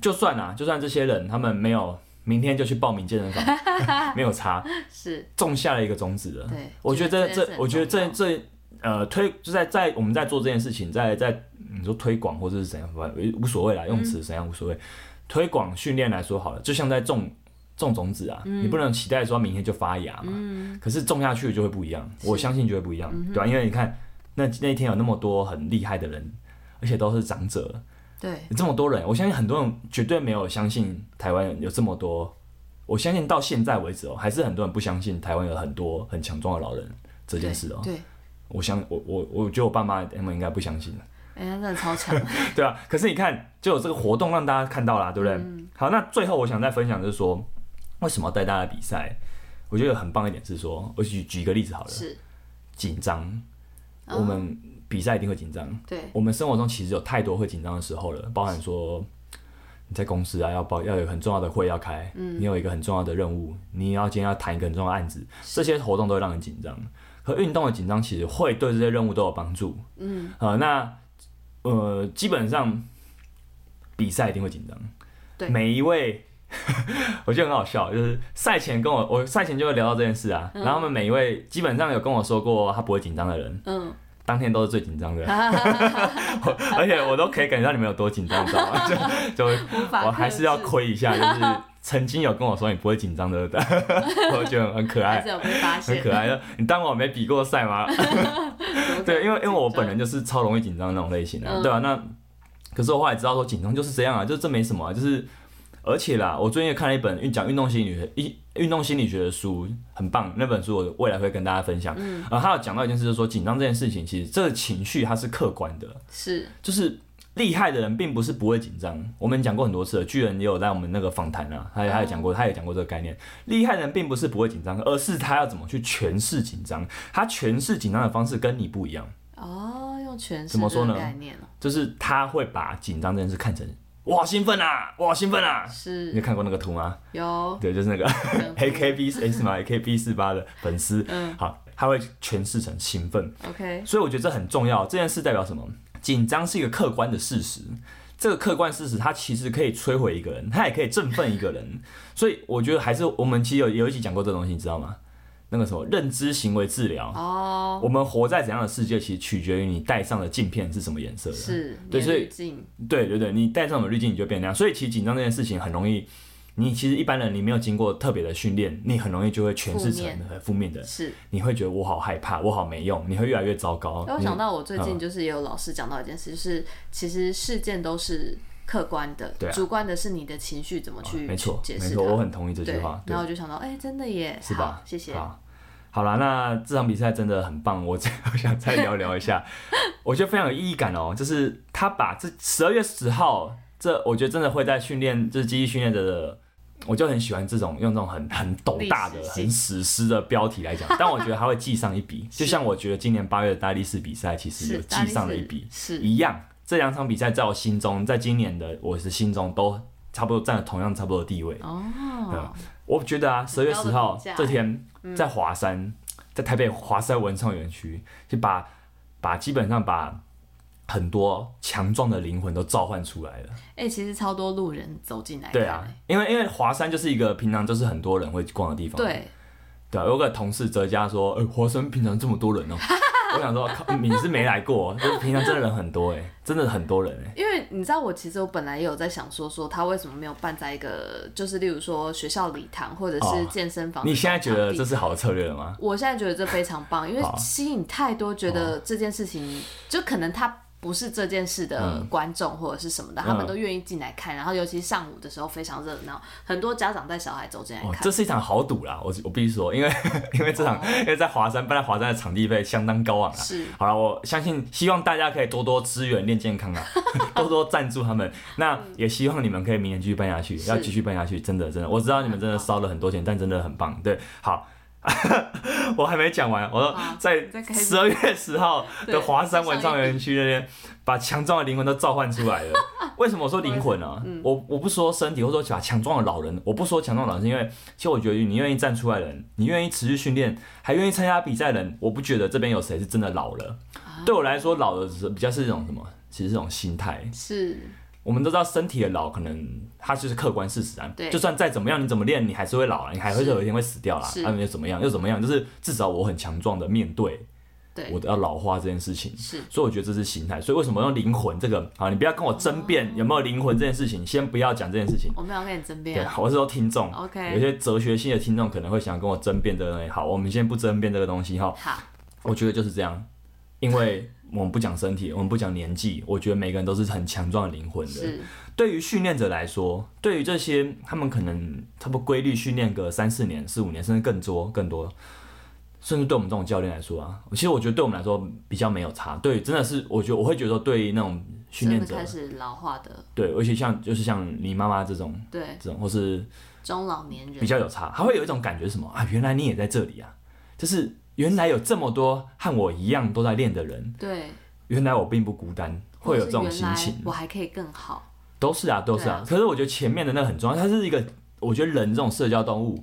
[SPEAKER 1] 就算啊，就算这些人他们没有明天就去报名健身房， 没有差，
[SPEAKER 2] 是
[SPEAKER 1] 种下了一个种子了。
[SPEAKER 2] 对，
[SPEAKER 1] 嗯我觉得这
[SPEAKER 2] 件事
[SPEAKER 1] 这，
[SPEAKER 2] 很
[SPEAKER 1] 我觉得这
[SPEAKER 2] 重要
[SPEAKER 1] 这呃推就在在我们在做这件事情，在在你说推广或者是怎样，反正无所谓啦，用
[SPEAKER 2] 嗯
[SPEAKER 1] 词怎样无所谓。推广训练来说好了，就像在种种种子啊，
[SPEAKER 2] 嗯
[SPEAKER 1] 你不能期待说明天就发芽嘛。可是种下去就会不一样，我相信就会不一样，
[SPEAKER 2] 嗯
[SPEAKER 1] 对吧、啊因为你看那那一天有那么多很厉害的人，而且都是长者，
[SPEAKER 2] 对，
[SPEAKER 1] 这么多人，我相信很多人绝对没有相信台湾有这么多。我相信到现在为止哦，还是很多人不相信台湾有很多很强壮的老人这件事哦。
[SPEAKER 2] 对，
[SPEAKER 1] 我相我我我觉得我爸妈他们应该不相信了，
[SPEAKER 2] 哎，他真的超强，
[SPEAKER 1] 对啊。可是你看，就有这个活动让大家看到啦，对不对？
[SPEAKER 2] 嗯
[SPEAKER 1] 好，那最后我想再分享就是说，为什么要带大家比赛？我觉得很棒一点是说，我举举一个例子好了，
[SPEAKER 2] 是，
[SPEAKER 1] 紧张，
[SPEAKER 2] 哦
[SPEAKER 1] 我们比赛一定会紧张，
[SPEAKER 2] 对，
[SPEAKER 1] 我们生活中其实有太多会紧张的时候了，包含说你在公司啊，要包要有很重要的会要开，
[SPEAKER 2] 嗯
[SPEAKER 1] 你有一个很重要的任务，你要今天要谈一个很重要的案子，这些活动都会让人紧张。可运动的紧张其实会对这些任务都有帮助。嗯，呃，那呃，基本上比赛一定会紧张。
[SPEAKER 2] 对
[SPEAKER 1] 每一位 我觉得很好笑，就是赛前跟我我赛前就会聊到这件事啊，然后他们每一位基本上有跟我说过他不会紧张的人，
[SPEAKER 2] 嗯，
[SPEAKER 1] 当天都是最紧 张的，我而且我都可以感觉到你们有多紧张，你知道 吗？就就
[SPEAKER 2] 无法
[SPEAKER 1] 我还是要
[SPEAKER 2] 克制
[SPEAKER 1] 亏一下，就是曾经有跟我说你不会紧张的， 我觉得很可
[SPEAKER 2] 还
[SPEAKER 1] 爱
[SPEAKER 2] 是，有被发
[SPEAKER 1] 很
[SPEAKER 2] 现，
[SPEAKER 1] 可爱。你当我没比过赛 吗？
[SPEAKER 2] 有
[SPEAKER 1] 对，
[SPEAKER 2] 点
[SPEAKER 1] 因为因为我
[SPEAKER 2] 紧张
[SPEAKER 1] 本人就是超容易紧张的那种类型啊，
[SPEAKER 2] 嗯
[SPEAKER 1] 对啊，那可是我后来知道说紧张就是这样啊，就这没什么啊，就是而且啦，我最近也看了一本运讲运动心理学一运动心理学的书，很棒，那本书我未来会跟大家分享。嗯，呃，他有讲到一件事，就是说紧张这件事情，其实这个情绪它是客观的，
[SPEAKER 2] 是
[SPEAKER 1] 就是。厉害的人并不是不会紧张，我们讲过很多次了。巨人也有在我们那个访谈啊，他也他也讲过，他也讲过这个概念。厉害的人并不是不会紧张，而是他要怎么去诠释紧张。他诠释紧张的方式跟你不一样。
[SPEAKER 2] 哦，用诠释
[SPEAKER 1] 怎么说
[SPEAKER 2] 这个
[SPEAKER 1] 呢
[SPEAKER 2] 概念哦，
[SPEAKER 1] 就是他会把紧张这件事看成哇兴奋啊，哇兴奋啊。你有
[SPEAKER 2] 是
[SPEAKER 1] 看过那个图吗？
[SPEAKER 2] 有
[SPEAKER 1] 对，就是那个
[SPEAKER 2] 很
[SPEAKER 1] AKB 诶哎是吗？AKB 四八的粉丝，
[SPEAKER 2] 嗯
[SPEAKER 1] 好，他会诠释成兴奋，
[SPEAKER 2] OK，
[SPEAKER 1] 所以我觉得这很重要。这件事代表什么？紧张是一个客观的事实，这个客观事实它其实可以摧毁一个人，它也可以振奋一个人。 所以我觉得还是我们其实有有一集讲过这东西，你知道吗？那个什么认知行为治疗，
[SPEAKER 2] 哦，
[SPEAKER 1] 我们活在怎样的世界，其实取决于你戴上的镜片是什么颜色的。
[SPEAKER 2] 是
[SPEAKER 1] 对所以
[SPEAKER 2] 眼镜
[SPEAKER 1] 对对对，你戴上我们滤镜，你就变那样。所以其实紧张这件事情很容易，你其实一般人你没有经过特别的训练，你很容易就会诠释
[SPEAKER 2] 负
[SPEAKER 1] 成
[SPEAKER 2] 面
[SPEAKER 1] 很负面的，
[SPEAKER 2] 是。
[SPEAKER 1] 你会觉得我好害怕，我好没用，你会越来越糟糕。
[SPEAKER 2] 哎我
[SPEAKER 1] 你
[SPEAKER 2] 想到我最近
[SPEAKER 1] 嗯
[SPEAKER 2] 就是也有老师讲到一件事，就是其实事件都是客观的，
[SPEAKER 1] 对啊
[SPEAKER 2] 主观的是你的情绪怎么去、
[SPEAKER 1] 没错，
[SPEAKER 2] 去解
[SPEAKER 1] 没
[SPEAKER 2] 释
[SPEAKER 1] 错，我
[SPEAKER 2] 它。
[SPEAKER 1] 很同意这句
[SPEAKER 2] 对，
[SPEAKER 1] 话，对
[SPEAKER 2] 然后，我就想到，哎、真的耶，
[SPEAKER 1] 是吧
[SPEAKER 2] 好？谢谢。
[SPEAKER 1] 好，好啦，那这场比赛真的很棒，我 我想再聊聊一下，我觉得非常有意义感哦，就是他把这十二月十号，这我觉得真的会在训练，就是记忆训练者的。我就很喜欢这种用这种很很斗大的
[SPEAKER 2] 历、史性
[SPEAKER 1] 很史诗的标题来讲，但我觉得他会记上一 笔，就像我觉得今年八月的大力士比赛其实
[SPEAKER 2] 是
[SPEAKER 1] 有记上了一笔，
[SPEAKER 2] 是
[SPEAKER 1] 一样。这两场比赛在我心中，在今年的我的心中都差不多占了同样差不多的地位。
[SPEAKER 2] 哦，
[SPEAKER 1] 我觉得啊，十月十
[SPEAKER 2] 很高的
[SPEAKER 1] 号
[SPEAKER 2] 评价嗯
[SPEAKER 1] 这天在华山，在台北华山文创园区，就把把基本上把很多强壮的灵魂都召唤出来了。
[SPEAKER 2] 哎、其实超多路人走进来看、
[SPEAKER 1] 对啊
[SPEAKER 2] 哎，
[SPEAKER 1] 因为因为华山就是一个平常就是很多人会逛的地方。
[SPEAKER 2] 对，
[SPEAKER 1] 对啊，有个同事哲嘉说，呃、华山平常这么多人哦、 我想说，靠，你是没来过，就是平常真的人很多哎、真的很多人哎、
[SPEAKER 2] 因为你知道，我其实我本来也有在想说，说他为什么没有办在一个，就是例如说学校礼堂或者
[SPEAKER 1] 哦
[SPEAKER 2] 是健身房、
[SPEAKER 1] 你现在觉得这
[SPEAKER 2] 是？
[SPEAKER 1] 是好的策略了吗？
[SPEAKER 2] 我现在觉得这非常棒，因为
[SPEAKER 1] 好哦
[SPEAKER 2] 吸引太多觉得这件事情，就可能他不是这件事的
[SPEAKER 1] 嗯
[SPEAKER 2] 观众或者是什么的，他们都愿意进来看。然后尤其上午的时候非常热闹，很多家长带小孩走进来
[SPEAKER 1] 哦，
[SPEAKER 2] 看。
[SPEAKER 1] 这是一场豪赌啦，我我必须说，因为 因为这
[SPEAKER 3] 哦
[SPEAKER 1] 场、因为在华山，本来华山的场地费相当高昂啊。
[SPEAKER 2] 是
[SPEAKER 1] 好了，我相信，希望大家可以多多支援练健 康啊， 多多赞助他们。
[SPEAKER 3] 嗯
[SPEAKER 1] 那也希望你们可以明年继续办下去，
[SPEAKER 2] 是
[SPEAKER 1] 要继续办下去，真的真的，我知道你们真的烧了很多钱，但真的很棒。对，好。 我还没讲完，我说
[SPEAKER 3] 好
[SPEAKER 1] 在
[SPEAKER 3] 你再开始
[SPEAKER 1] 十二月十号的
[SPEAKER 3] 对
[SPEAKER 1] 华山
[SPEAKER 3] 上
[SPEAKER 1] 文创
[SPEAKER 3] 一
[SPEAKER 1] 园区那边，把强壮的灵魂都召唤出来了。为什么我说灵魂呢、啊？我我不说身体，或者说把强壮的老人，我不说强壮的老人，是因为其实我觉得你愿意站出来的人，你愿意持续训练，还愿意参加比赛的人，我不觉得这边有谁是真的老了。对我来说，老了是比较是一种什么？其实是一种心态。
[SPEAKER 2] 是
[SPEAKER 1] 我们都知道身体的老，可能它就是客观事实啊。
[SPEAKER 2] 对
[SPEAKER 1] 就算再怎么样，你怎么练，你还是会老啊，你还会
[SPEAKER 2] 是
[SPEAKER 1] 有一天会死掉啦。
[SPEAKER 2] 是
[SPEAKER 1] 啊，你又怎么样，又怎么样，就是至少我很强壮的面对
[SPEAKER 2] 对
[SPEAKER 1] 我的要老化这件事情。
[SPEAKER 2] 是
[SPEAKER 1] 所以我觉得这是心态。所以为什么用灵魂这个啊？你不要跟我争辩有没有灵魂这件事情，先不要讲这件事情。
[SPEAKER 2] 我没有跟你争辩
[SPEAKER 1] 对
[SPEAKER 2] 啊，，
[SPEAKER 1] 我是说听众
[SPEAKER 3] OK
[SPEAKER 1] 有些哲学性的听众可能会想跟我争辩这个东西。好，我们先不争辩这个东西哈。
[SPEAKER 2] 好，
[SPEAKER 1] 我觉得就是这样，因为我们不讲身体，我们不讲年纪，我觉得每个人都是很强壮的灵魂的。
[SPEAKER 2] 是
[SPEAKER 1] 对于训练者来说，对于这些他们可能差不多规律训练个三四年、四五年，甚至更多、更多，甚至对我们这种教练来说啊，其实我觉得对我们来说比较没有差。对，真的是我觉得我会觉得对于那种训
[SPEAKER 2] 真
[SPEAKER 1] 练
[SPEAKER 2] 的
[SPEAKER 1] 者，
[SPEAKER 2] 开始老化的，
[SPEAKER 1] 对，而且像就是像你妈妈这种
[SPEAKER 2] 对
[SPEAKER 1] 这种，或是
[SPEAKER 2] 中老年人
[SPEAKER 1] 比较有差，还会有一种感觉是什么啊？原来你也在这里啊，就是原来有这么多和我一样都在练的人，
[SPEAKER 2] 对，
[SPEAKER 1] 原来我并不孤单，会有这种
[SPEAKER 2] 或是原
[SPEAKER 1] 心
[SPEAKER 2] 来
[SPEAKER 1] 情。
[SPEAKER 2] 我还可以更好，
[SPEAKER 1] 都是啊，都是啊。可是我觉得前面的那个很重要，它是一个，我觉得人这种社交动物，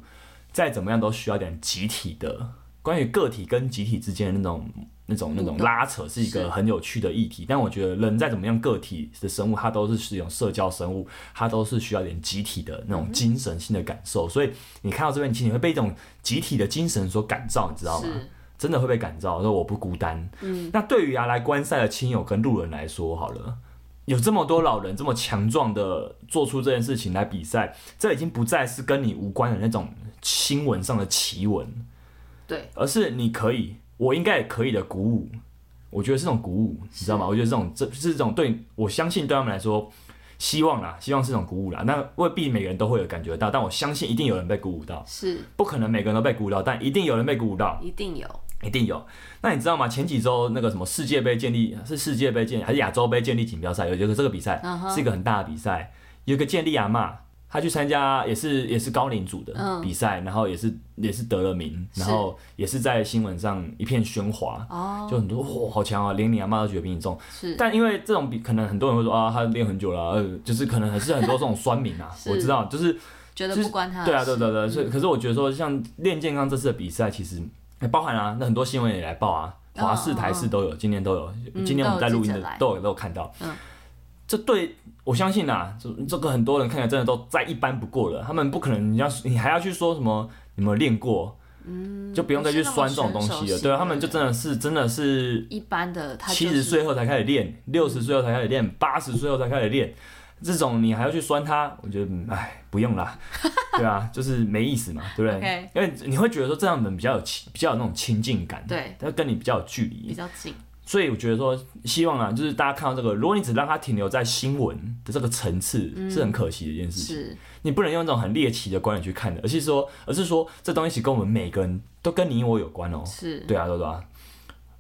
[SPEAKER 1] 再怎么样都需要一点集体的，关于个体跟集体之间的那种、那种、那种
[SPEAKER 2] 互动
[SPEAKER 1] 拉扯，是一
[SPEAKER 2] 是
[SPEAKER 1] 个很有趣的议题。但我觉得人再怎么样个体的生物，它都是是一种社交生物，它都是需要一点集体的
[SPEAKER 2] 嗯
[SPEAKER 1] 那种精神性的感受。所以你看到这边，其实你会被一种集体的精神所感召，你知道吗？
[SPEAKER 2] 是
[SPEAKER 1] 真的会被感召，说我不孤单。嗯，那对于啊来观赛的亲友跟路人来说，好了，有这么多老人这么强壮的做出这件事情来比赛，这已经不再是跟你无关的那种新闻上的奇闻，
[SPEAKER 2] 对
[SPEAKER 1] 而是你可以，我应该也可以的鼓舞。我觉得是这种鼓舞，你知道吗？我觉得这种这是这种对我相信对他们来说，希望啦，希望是一种鼓舞啦。那未必每个人都会有感觉到，但我相信一定有人被鼓舞到，
[SPEAKER 2] 是
[SPEAKER 1] 不可能每个人都被鼓舞到，但一定有人被鼓舞到。
[SPEAKER 2] 一定有，
[SPEAKER 1] 一定有。那你知道吗？前几周那个什么世界杯建立是世界杯建立还是亚洲杯建立锦标赛？有一个这个比赛、
[SPEAKER 2] 嗯哼
[SPEAKER 1] 是一个很大的比赛，有一个建立阿嬷，她去参加也是也是高龄组的
[SPEAKER 2] 嗯
[SPEAKER 1] 比赛，然后也是也是得了名，然后也是在新闻上一片喧哗，
[SPEAKER 2] 哦
[SPEAKER 1] 就很多哇、好强啊，连你阿嬷都觉得比你重。
[SPEAKER 2] 是
[SPEAKER 1] 但因为这种比可能很多人会说啊，他练很久了、呃，就是可能还是很多这种酸民啊，
[SPEAKER 2] 是
[SPEAKER 1] 我知道，就是
[SPEAKER 2] 觉得
[SPEAKER 1] 就是
[SPEAKER 2] 不关他的
[SPEAKER 1] 对啊，对
[SPEAKER 2] 事嗯
[SPEAKER 1] 对对，所以可是我觉得说，像练健康这次的比赛，其实、欸包含啊，那很多新闻也来报啊，华视、
[SPEAKER 2] 嗯嗯
[SPEAKER 1] 台视都有，今天都有，
[SPEAKER 2] 嗯
[SPEAKER 1] 今天我们在录音的
[SPEAKER 2] 都有记者来
[SPEAKER 1] 都有都有看到。
[SPEAKER 2] 嗯，
[SPEAKER 1] 这对我相信啊，这这个很多人看起来真的都再一般不过了，他们不可能你要你还要去说什么你们练过，嗯，就不用再去酸这种东
[SPEAKER 2] 不是那么
[SPEAKER 1] 西
[SPEAKER 2] 选手
[SPEAKER 1] 了。
[SPEAKER 2] 型
[SPEAKER 1] 对啊，
[SPEAKER 2] 的
[SPEAKER 1] 他们就真的是真的是
[SPEAKER 2] 一般的他
[SPEAKER 1] 七
[SPEAKER 2] 就
[SPEAKER 1] 十
[SPEAKER 2] 是嗯
[SPEAKER 1] 岁后才开始练，六十岁后才开始练，八十岁后才开始练，这种你还要去酸它，我觉得嗯哎不用啦，对啊，就是没意思嘛，对不对
[SPEAKER 2] OK
[SPEAKER 1] 因为你会觉得说这样的人比较有亲，比较有那种亲近感，，
[SPEAKER 2] 对
[SPEAKER 1] 他跟你比较有距
[SPEAKER 2] 比
[SPEAKER 1] 离，
[SPEAKER 2] 较近，
[SPEAKER 1] 所以我觉得说希望啊，就是大家看到这个，如果你只让它停留在新闻的这个层次，是很可惜的一件事情。
[SPEAKER 2] 嗯是
[SPEAKER 1] 你不能用这种很猎奇的观点去看的，而是说，而是说这东西跟我们每个人都跟你我有关哦、
[SPEAKER 2] 是
[SPEAKER 1] 对啊，对啊对啊。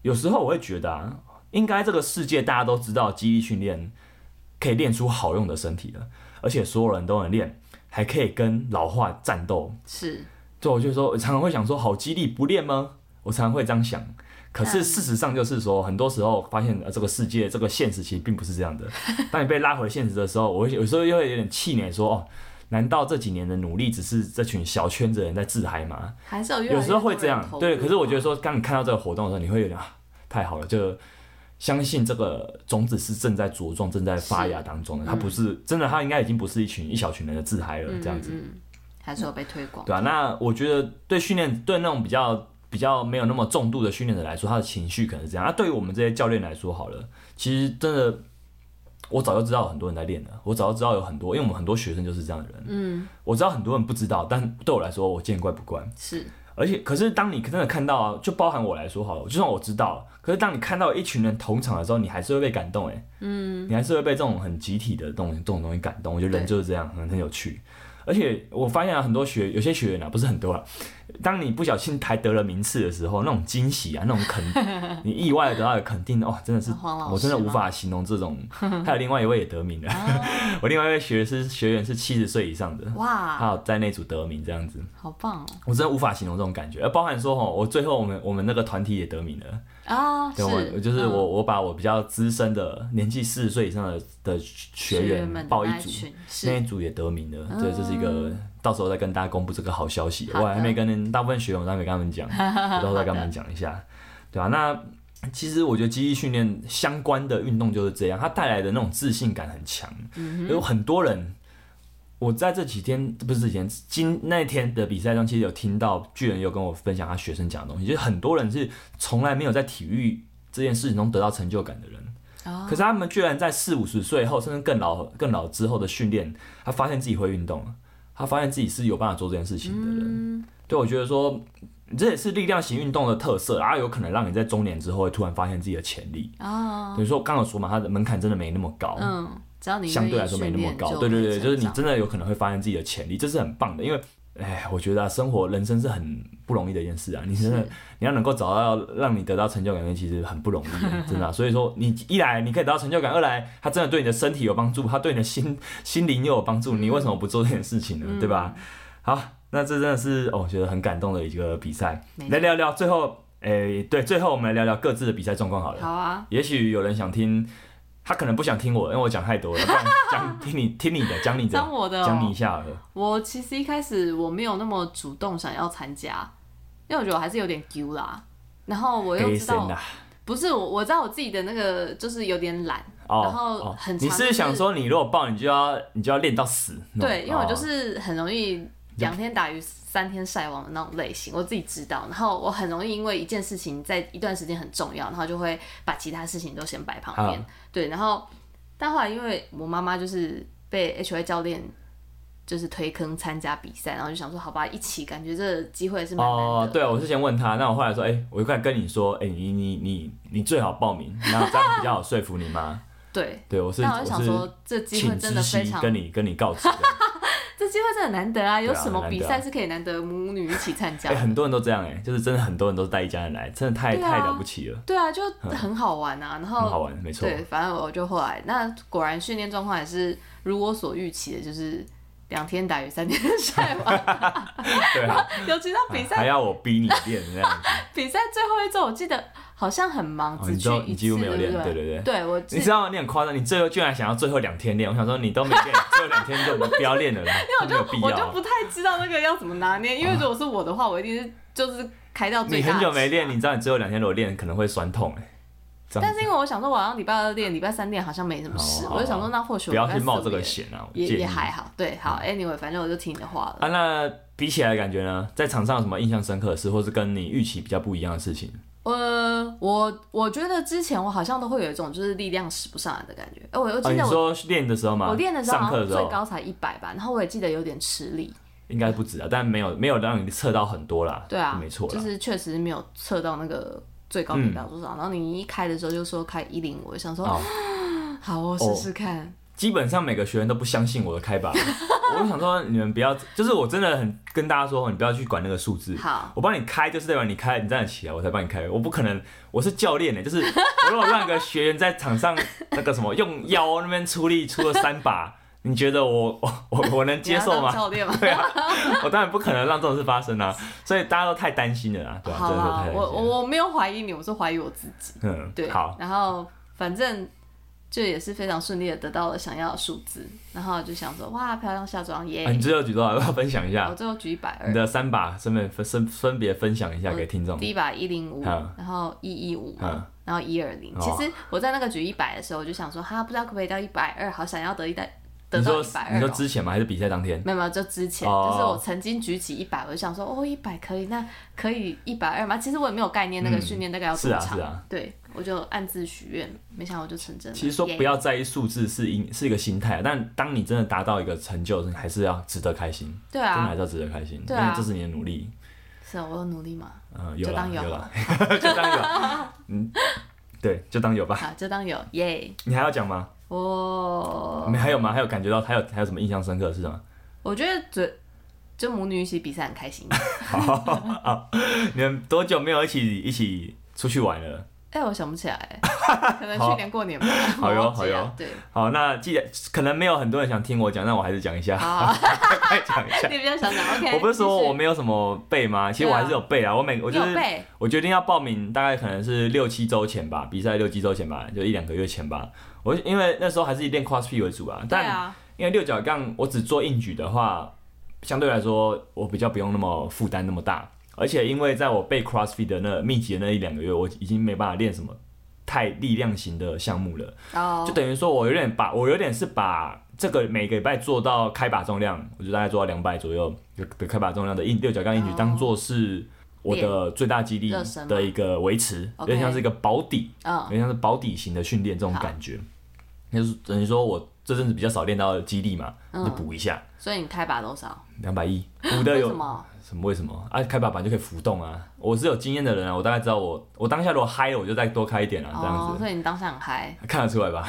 [SPEAKER 1] 有时候我会觉得啊，应该这个世界大家都知道，肌力训练可以练出好用的身体了，而且所有人都能练，还可以跟老化战斗。
[SPEAKER 2] 是
[SPEAKER 1] 所以我就说，我常常会想说，好肌力不练吗？我常常会这样想。可是
[SPEAKER 2] 嗯
[SPEAKER 1] 事实上就是说，很多时候发现呃，这个世界这个现实其实并不是这样的。当你被拉回现实的时候，我会有时候又会有点气馁，说哦，难道这几年的努力只是这群小圈子人在自嗨吗？
[SPEAKER 2] 还是有越来
[SPEAKER 1] 有时候
[SPEAKER 2] 越
[SPEAKER 1] 会
[SPEAKER 2] 多
[SPEAKER 1] 这
[SPEAKER 2] 人
[SPEAKER 1] 样
[SPEAKER 2] 投，
[SPEAKER 1] 对。
[SPEAKER 2] 入
[SPEAKER 1] 可是我
[SPEAKER 2] 嘛
[SPEAKER 1] 觉得说，当你看到这个活动的时候，你会有点啊，太好了，就相信这个种子是正在茁壮、正在发芽当中的。它不是真的，它应该已经不是一群一小群人的自嗨了，这样子，
[SPEAKER 2] 嗯嗯嗯嗯还是有被推广，
[SPEAKER 1] 对啊，那我觉得对训练，对那种比较比较没有那么重度的训练者来说，他的情绪可能是这样。那、对于我们这些教练来说，好了，其实真的。我早就知道有很多人在练了，我早就知道有很多，因为我们很多学生就是这样的人。
[SPEAKER 2] 嗯，
[SPEAKER 1] 我知道很多人不知道，但对我来说，我见怪不怪。
[SPEAKER 2] 是
[SPEAKER 1] 而且，可是当你真的看到啊，就包含我来说好了，就算我知道了，可是当你看到一群人同场的时候，你还是会被感动哎，嗯，你还是会被这种很集体的这种这种东西感动。我觉得人
[SPEAKER 2] 对
[SPEAKER 1] 就是这样，很很有趣。而且我发现啊，很多学有些学员啊，不是很多啊，当你不小心还得了名次的时候，那种惊喜啊，那种 肯，你意外地得到的肯定，哦，真的是
[SPEAKER 2] 啊黄老，师
[SPEAKER 1] 我真的无
[SPEAKER 2] 吗
[SPEAKER 1] 法形容这 种。还有另外一位也得名了，
[SPEAKER 2] 啊
[SPEAKER 1] 我另外一位学是学员是七十岁以上的，还
[SPEAKER 2] 哇，
[SPEAKER 1] 有在那组得名这样子，
[SPEAKER 2] 好棒哦！
[SPEAKER 1] 我真的无法形容这种感觉。而包含说，哦，我最后我们我们那个团体也得名了，
[SPEAKER 2] 啊，
[SPEAKER 1] 对，我
[SPEAKER 2] 是，
[SPEAKER 1] 就是
[SPEAKER 2] 嗯
[SPEAKER 1] 我我把我比较资深的年纪四十岁以上的的学员
[SPEAKER 2] 们
[SPEAKER 1] 报一
[SPEAKER 2] 那
[SPEAKER 1] 组，
[SPEAKER 2] 群
[SPEAKER 1] 那
[SPEAKER 2] 是嗯
[SPEAKER 1] 一组也得名了，对，这是一个到时候再跟大家公布这个好消息。
[SPEAKER 2] 好的
[SPEAKER 1] 我还没跟大部分学员，我都还没跟他们 讲，我到时候再跟他们讲一下，对啊，那其实我觉得记忆训练相关的运动就是这样，它带来的那种自信感很强，
[SPEAKER 2] 嗯
[SPEAKER 1] 有很多人。我在这几天不是这几天，今那天的比赛中，其实有听到巨人有跟我分享他学生讲的东西，就是很多人是从来没有在体育这件事情中得到成就感的人，
[SPEAKER 2] 哦
[SPEAKER 1] 可是他们居然在四五十岁后，甚至更老、更老之后的训练，他发现自己会运动了，他发现自己是有办法做这件事情的人。
[SPEAKER 2] 嗯
[SPEAKER 1] 对，我觉得说这也是力量型运动的特色，然啊后有可能让你在中年之后会突然发现自己的潜力。
[SPEAKER 2] 啊，
[SPEAKER 1] 等于说，刚刚有说嘛，它的门槛真的没那么高。
[SPEAKER 2] 嗯，只要你
[SPEAKER 1] 相对
[SPEAKER 2] 愿意
[SPEAKER 1] 来说没那
[SPEAKER 2] 训
[SPEAKER 1] 么
[SPEAKER 2] 练
[SPEAKER 1] 高，
[SPEAKER 2] 就
[SPEAKER 1] 对对
[SPEAKER 2] 可以
[SPEAKER 1] 对，就是
[SPEAKER 2] 成
[SPEAKER 1] 你
[SPEAKER 2] 长
[SPEAKER 1] 真的有可能会发现自己的潜力，这是很棒的，因为，哎，我觉得、啊、生活人生是很不容易的一件事啊，你真的
[SPEAKER 2] 是
[SPEAKER 1] 你要能够找到让你得到成就感的，其实很不容易的，真 的啊、所以说，你一来你可以得到成就感，二来它真的对你的身体有帮助，它对你的心心灵又有帮助，你为什么不做这件事情呢？对吧？
[SPEAKER 2] 嗯
[SPEAKER 1] 好，那这真的是哦，我觉得很感动的一个比赛
[SPEAKER 2] 没。错
[SPEAKER 1] 来聊聊最后，哎，对，最后我们来聊聊各自的比赛状况好了。
[SPEAKER 2] 好啊，
[SPEAKER 1] 也许有人想听，他可能不想听我，因为我讲太多了，不然讲听你听你的，讲你
[SPEAKER 2] 当
[SPEAKER 1] 的，
[SPEAKER 2] 我的哦
[SPEAKER 1] 讲你一下好了。
[SPEAKER 2] 我其实一开始我没有那么主动想要参加，因为我觉得我还是有点丢啦。然后我又
[SPEAKER 1] 给啊
[SPEAKER 2] 知
[SPEAKER 1] 神
[SPEAKER 2] 道，
[SPEAKER 1] 呐！
[SPEAKER 2] 不是我，我知道我自己的那个就是有点懒，
[SPEAKER 1] 哦
[SPEAKER 2] 然后
[SPEAKER 1] 哦
[SPEAKER 2] 很，
[SPEAKER 1] 你
[SPEAKER 2] 常
[SPEAKER 1] 是
[SPEAKER 2] 就是
[SPEAKER 1] 想说你如果报，你就要你就要练到死那种？
[SPEAKER 2] 对，因为我就
[SPEAKER 1] 哦
[SPEAKER 2] 是很容易两天打鱼三天晒网的那种类型，我自己知道。然后我很容易因为一件事情在一段时间很重要，然后就会把其他事情都先摆旁边。
[SPEAKER 1] 啊
[SPEAKER 2] 对，然后但后来因为我妈妈就是被 H Y 教练。就是推坑参加比赛，然后就想说，好吧，一起感觉这机会是蛮难
[SPEAKER 1] 哦
[SPEAKER 2] 得，的。
[SPEAKER 1] 对，我是先问他，那我后来说，哎、我就快跟你说，哎、你你你你最好报名，那这样比较好说服你妈。
[SPEAKER 2] 对，
[SPEAKER 1] 对，我是
[SPEAKER 2] 但我就想
[SPEAKER 1] 是
[SPEAKER 2] 说，这机会
[SPEAKER 1] 请
[SPEAKER 2] 真
[SPEAKER 1] 知
[SPEAKER 2] 的非
[SPEAKER 1] 悉
[SPEAKER 2] 常，
[SPEAKER 1] 跟你跟你告知的，
[SPEAKER 2] 这机会真的很难得啊！有
[SPEAKER 1] 对啊
[SPEAKER 2] 什么
[SPEAKER 1] 很难
[SPEAKER 2] 比
[SPEAKER 1] 得啊
[SPEAKER 2] 赛是可以难得母女一起参 加
[SPEAKER 1] 哎、
[SPEAKER 2] 的？
[SPEAKER 1] 很多人都这样、哎，就是真的很多人都是带一家人来，真的太、
[SPEAKER 2] 对啊
[SPEAKER 1] 太了不起了，
[SPEAKER 2] 对啊，就很好玩啊。然
[SPEAKER 1] 很好
[SPEAKER 2] 后
[SPEAKER 1] 玩，没错。
[SPEAKER 2] 对，反正我就后来那果然训练状况也是如我所预期的，就是两天打鱼三天晒网。
[SPEAKER 1] 对 啊，
[SPEAKER 2] 尤其到比
[SPEAKER 1] 还
[SPEAKER 2] 赛
[SPEAKER 1] 要我逼你练这样子。
[SPEAKER 2] 比赛最后一周，我记得好像很忙，
[SPEAKER 1] 哦
[SPEAKER 2] 只
[SPEAKER 1] 你
[SPEAKER 2] 去
[SPEAKER 1] 知道
[SPEAKER 2] 一
[SPEAKER 1] 你
[SPEAKER 2] 次，
[SPEAKER 1] 几乎没有
[SPEAKER 2] 对
[SPEAKER 1] 练
[SPEAKER 2] 不对？
[SPEAKER 1] 对对对
[SPEAKER 2] 对我
[SPEAKER 1] 你
[SPEAKER 2] 记
[SPEAKER 1] 知道吗？你很夸张，你最后居然想要最后两天练，我想说你都没练，最后两天就不要练 了啦，
[SPEAKER 2] 因
[SPEAKER 1] 没
[SPEAKER 2] 为
[SPEAKER 1] 有
[SPEAKER 2] 我
[SPEAKER 1] 必
[SPEAKER 2] 就我就
[SPEAKER 1] 要。哦
[SPEAKER 2] 不太知道那个要怎么拿捏，因为如果是我的话，我一定是就是开到最
[SPEAKER 1] 你
[SPEAKER 2] 大。
[SPEAKER 1] 很久没练，你知道你最后两天如果练可能会酸痛哎、这样
[SPEAKER 2] 啊但
[SPEAKER 1] 子
[SPEAKER 2] 是因为我想说，我好像礼拜二练，礼拜三练好像没什么事，
[SPEAKER 1] 哦
[SPEAKER 2] 我就想说，那或许
[SPEAKER 1] 不
[SPEAKER 2] 我
[SPEAKER 1] 要
[SPEAKER 2] 礼
[SPEAKER 1] 去
[SPEAKER 2] 拜四
[SPEAKER 1] 冒这个
[SPEAKER 2] 练
[SPEAKER 1] 险啊，我
[SPEAKER 2] 也
[SPEAKER 1] 建议嗯
[SPEAKER 2] 也还好，对，好，anyway，反正我就听你的话了。
[SPEAKER 1] 啊。那比起来的感觉呢，在场上有什么印象深刻的事，或是跟你预期比较不一样的事情？
[SPEAKER 2] 呃，我我觉得之前我好像都会有一种就是力量使不上来的感觉，哎，我又
[SPEAKER 1] 啊，
[SPEAKER 2] 记
[SPEAKER 1] 你
[SPEAKER 2] 得我、
[SPEAKER 1] 说练的时候吗？
[SPEAKER 2] 我练的时候
[SPEAKER 1] 上
[SPEAKER 2] 好
[SPEAKER 1] 课
[SPEAKER 2] 像
[SPEAKER 1] 的时
[SPEAKER 2] 最
[SPEAKER 1] 候
[SPEAKER 2] 高才一百吧，然后我也记得有点吃力，
[SPEAKER 1] 应该不止啊，但没有没有让你测到很多啦。
[SPEAKER 2] 对啊，
[SPEAKER 1] 没错
[SPEAKER 2] 就
[SPEAKER 1] 啦。
[SPEAKER 2] 是确实没有测到那个最高点到多少，然后你一开的时候就说开一零，我就想说、
[SPEAKER 1] 嗯哦
[SPEAKER 2] 好，我试试看，
[SPEAKER 1] 基本上每个学员都不相信我的开把， 我就想说你们不要，就是我真的很跟大家说，你不要去管那个数字。
[SPEAKER 2] 好
[SPEAKER 1] 我帮你开，就是代表你开，你站得起来，我才帮你开。我不可能，我是教练呢、欸就是我如果让一个学员在场上那个什么用腰那边出力出了三把， 你觉得我我我我能接受
[SPEAKER 2] 你要
[SPEAKER 1] 吗？
[SPEAKER 2] 当 教练吗？
[SPEAKER 1] 对啊，我当然不可能让这种事发生啊，所以大家都太担心了啊，对啊，
[SPEAKER 2] 好
[SPEAKER 1] 真的是
[SPEAKER 2] 啦
[SPEAKER 1] 太，担
[SPEAKER 2] 我
[SPEAKER 1] 心了。
[SPEAKER 2] 我我没有怀疑你，我是怀疑我自己。
[SPEAKER 1] 嗯，
[SPEAKER 2] 对，
[SPEAKER 1] 好，
[SPEAKER 2] 然后反正就也是非常顺利的得到了想要的数字，然后就想说哇，漂亮下妆耶！
[SPEAKER 1] 啊你最后举多少？要不要分享一
[SPEAKER 2] 我
[SPEAKER 1] 下
[SPEAKER 2] 最后举一百
[SPEAKER 1] 你
[SPEAKER 2] 二，
[SPEAKER 1] 的三把身份分分分别分享一下给听众。
[SPEAKER 2] 第一把一零五，
[SPEAKER 1] 嗯
[SPEAKER 2] 然后一一五
[SPEAKER 1] 嗯
[SPEAKER 2] 嘛，然后一二零。
[SPEAKER 1] 哦
[SPEAKER 2] 其实我在那个举一百的时候，我就想说哈，不知道可不可以到一百二，好想要得一百，得
[SPEAKER 1] 你
[SPEAKER 2] 到
[SPEAKER 1] 说
[SPEAKER 2] 一百
[SPEAKER 1] 你
[SPEAKER 2] 二哦
[SPEAKER 1] 说。之前吗？还是比赛当天？
[SPEAKER 2] 没有没有，就之前、
[SPEAKER 1] 哦
[SPEAKER 2] 就是我曾经举起一百，我就想说哦，一百可以，那可以一百二吗？其实我也没有概念那个
[SPEAKER 1] 嗯
[SPEAKER 2] 训练大概要
[SPEAKER 1] 是
[SPEAKER 2] 多
[SPEAKER 1] 啊
[SPEAKER 2] 长，
[SPEAKER 1] 是啊
[SPEAKER 2] 对我就暗自许愿，没想到我就成真了。
[SPEAKER 1] 其实说
[SPEAKER 2] 耶
[SPEAKER 1] 不要在意数字是因是一个心态，啊但当你真的达到一个成就，你还是要值得开心，真
[SPEAKER 2] 对
[SPEAKER 1] 的
[SPEAKER 2] 啊
[SPEAKER 1] 还，是要值得开心，
[SPEAKER 2] 对
[SPEAKER 1] 因
[SPEAKER 2] 啊
[SPEAKER 1] 为这是你的努力。
[SPEAKER 2] 是啊，我有努力嘛，
[SPEAKER 1] 嗯，有
[SPEAKER 2] 就
[SPEAKER 1] 啦
[SPEAKER 2] 当有
[SPEAKER 1] 有啦， 就当有啦，嗯，对，就当有吧。
[SPEAKER 2] 好，就当有耶。
[SPEAKER 1] 你还要讲吗？
[SPEAKER 2] 我哦
[SPEAKER 1] 你还有吗？还有感觉到还有还有什么印象深刻的事吗？
[SPEAKER 2] 我觉得最就母女一起比赛很开心。
[SPEAKER 1] 你们多久没有一起一起出去玩了？
[SPEAKER 2] 哎、我想不起 来，可能去年过年吧。
[SPEAKER 1] 好
[SPEAKER 2] 我
[SPEAKER 1] 哟
[SPEAKER 2] 忘记
[SPEAKER 1] 好哟
[SPEAKER 2] 了对，
[SPEAKER 1] 好，那既然可能没有很多人想听我讲，那我还是讲一 下，
[SPEAKER 2] 好，
[SPEAKER 1] 快讲一下。
[SPEAKER 2] 你比较想讲 OK。
[SPEAKER 1] 我不是说我
[SPEAKER 2] 没
[SPEAKER 1] 没有什么背吗？其实我还是有背啊。我每我就
[SPEAKER 2] 有
[SPEAKER 1] 是
[SPEAKER 2] 背，
[SPEAKER 1] 我决定要报名，大概可能是六七周前吧，比赛六七周前吧，就一两个月前吧。我因为那时候还是以练 crossfit 为主啊，
[SPEAKER 2] 对
[SPEAKER 1] 但
[SPEAKER 2] 啊，
[SPEAKER 1] 因为六角杠我只做硬举的话，相对来说我比较不用那么负担那么大，而且因为在我背 CrossFit 的那密集的那一两个月，我已经没办法练什么太力量型的项目了，
[SPEAKER 2] 哦，
[SPEAKER 1] 就等于说我有点把我有点是把这个每个礼拜做到开把重量，我就大概做到两百左右的的开把重量的硬六角杠硬举
[SPEAKER 2] 哦，
[SPEAKER 1] 当做是我的最大肌力
[SPEAKER 2] 热身吗
[SPEAKER 1] 的一个维持，有
[SPEAKER 2] OK
[SPEAKER 1] 点像是一个保底。有
[SPEAKER 2] 嗯，
[SPEAKER 1] 点像是保底型的训练这种感觉。那就是等于说我这阵子比较少练到肌力嘛，
[SPEAKER 2] 嗯
[SPEAKER 1] 就补一下
[SPEAKER 2] 所以你开把多少？
[SPEAKER 1] 两百一，补的
[SPEAKER 2] 为什
[SPEAKER 1] 有
[SPEAKER 2] 么？
[SPEAKER 1] 什么为什么啊？开把板就可以浮动啊，我是有经验的人啊，我大概知道我我当下如果嗨了，我就再多开一点啊，这
[SPEAKER 2] 哦
[SPEAKER 1] 样，子。
[SPEAKER 2] 所以你当下很嗨，
[SPEAKER 1] 看得出来 吧？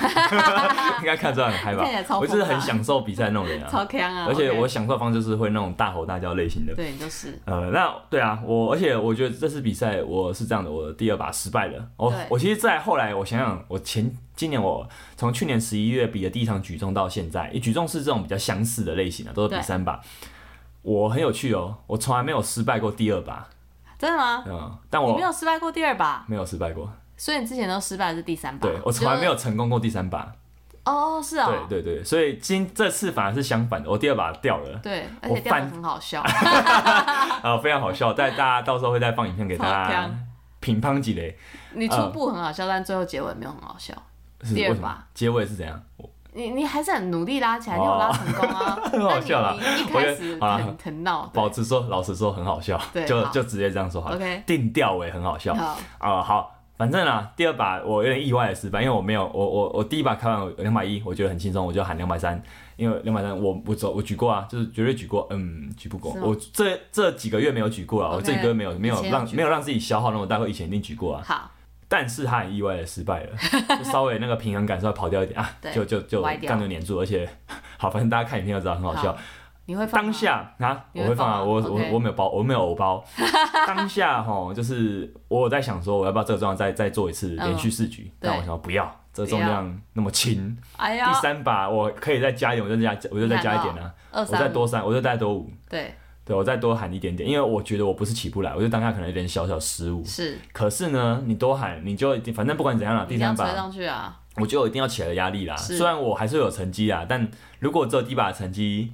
[SPEAKER 1] 应该看得出来很嗨吧
[SPEAKER 2] 看起来超？
[SPEAKER 1] 我就是
[SPEAKER 2] 疯
[SPEAKER 1] 很
[SPEAKER 2] 吧
[SPEAKER 1] 享受比赛那种人啊，
[SPEAKER 2] 超强啊！
[SPEAKER 1] 而且
[SPEAKER 2] OK
[SPEAKER 1] 我享受的方式是会那种大吼大叫类型的。
[SPEAKER 2] 对你就是
[SPEAKER 1] 呃，那对啊，我而且我觉得这次比赛我是这样的，我第二把失败了。我
[SPEAKER 2] 对
[SPEAKER 1] 我其实，在后来我想想，我前今年我从去年十一月比的第一场举重到现在，举重是这种比较相似的类型的、啊，都是
[SPEAKER 2] 对
[SPEAKER 1] 比三把。我很有趣哦，我从来没有失败过第二把，
[SPEAKER 2] 真的吗？
[SPEAKER 1] 嗯，但
[SPEAKER 2] 你
[SPEAKER 1] 我
[SPEAKER 2] 没有失败过第二把，
[SPEAKER 1] 没有失败过，
[SPEAKER 2] 所以你之前都失败的是第三把。
[SPEAKER 1] 对我从来没
[SPEAKER 2] 有。
[SPEAKER 1] 有成功过第三把，
[SPEAKER 2] 哦，是啊，
[SPEAKER 1] 对对对，所以今这次反而是相反的，我第二把掉了，
[SPEAKER 2] 对，而
[SPEAKER 1] 我
[SPEAKER 2] 且掉的
[SPEAKER 1] 反
[SPEAKER 2] 很好笑。
[SPEAKER 1] 啊，非常好 笑，但大家到时候会再放影片给大
[SPEAKER 2] 好
[SPEAKER 1] 家
[SPEAKER 2] 看
[SPEAKER 1] 品乓几嘞，
[SPEAKER 2] 你
[SPEAKER 1] 嗯
[SPEAKER 2] 初步很好笑，但最后结尾没有很好笑。
[SPEAKER 1] 是
[SPEAKER 2] 第二
[SPEAKER 1] 为什
[SPEAKER 2] 把
[SPEAKER 1] 么？结尾是怎样？
[SPEAKER 2] 你你还是很努力拉起来，
[SPEAKER 1] 哦
[SPEAKER 2] 你有拉成功啊？
[SPEAKER 1] 很好笑啦
[SPEAKER 2] 但你一开
[SPEAKER 1] 我
[SPEAKER 2] 始
[SPEAKER 1] 觉得好啦
[SPEAKER 2] 很很闹，对
[SPEAKER 1] 保持说，老实说很好笑
[SPEAKER 2] 对，
[SPEAKER 1] 就
[SPEAKER 2] 好
[SPEAKER 1] 就直接这样说好了。
[SPEAKER 2] OK
[SPEAKER 1] 定调我也很好笑啊、
[SPEAKER 2] 好
[SPEAKER 1] 好，反正啊，第二把我有点意外的失败，因为我没有我我我第一把开完两百一，我觉得很轻松，我就喊两百三，因为两百三我我走我举过啊，就是绝对举过，嗯，举不过，
[SPEAKER 2] 是吗
[SPEAKER 1] 我这这几个月没有举过啊，我
[SPEAKER 2] OK
[SPEAKER 1] 这几个月没有没
[SPEAKER 2] 以
[SPEAKER 1] 有
[SPEAKER 2] 前有
[SPEAKER 1] 让
[SPEAKER 2] 举过
[SPEAKER 1] 没有让自己消耗那么大，我以前一定举过啊，
[SPEAKER 2] 好
[SPEAKER 1] 但是他很意外的失败 了，就稍微那个平衡感稍微跑掉一点啊
[SPEAKER 2] 对，
[SPEAKER 1] 就就就
[SPEAKER 2] 歪掉
[SPEAKER 1] 杠就粘住，而且 好，反正大家看影片就知道很好笑。
[SPEAKER 2] 好你会放吗
[SPEAKER 1] 当下啊，
[SPEAKER 2] 你
[SPEAKER 1] 我
[SPEAKER 2] 会
[SPEAKER 1] 会放啊，
[SPEAKER 2] 放吗
[SPEAKER 1] 我
[SPEAKER 2] OK
[SPEAKER 1] 我我没有包，我没有偶 包。当下吼，就是我有在想说，我要不要这个重量再再做一次
[SPEAKER 2] 嗯
[SPEAKER 1] 连续四局？但我想说不要，这个重量那么轻。
[SPEAKER 2] 哎呀
[SPEAKER 1] 第，三把我可以再加一点，我就加我就再加一点啊，
[SPEAKER 2] 二
[SPEAKER 1] 我再
[SPEAKER 2] 三五
[SPEAKER 1] 多三，我就再多五，
[SPEAKER 2] 对
[SPEAKER 1] 对我再多喊一点点，因为我觉得我不是起不来，我就当下可能有点小小失误。
[SPEAKER 2] 是，
[SPEAKER 1] 可是呢，你多喊，你就一定反正不管怎样了，
[SPEAKER 2] 你
[SPEAKER 1] 第
[SPEAKER 2] 一定要
[SPEAKER 1] 三
[SPEAKER 2] 吹
[SPEAKER 1] 把
[SPEAKER 2] 上去啊！
[SPEAKER 1] 我觉得我一定要起来的压力啦。
[SPEAKER 2] 是
[SPEAKER 1] 虽然我还是有成绩啦，但如果只有第一把的成绩，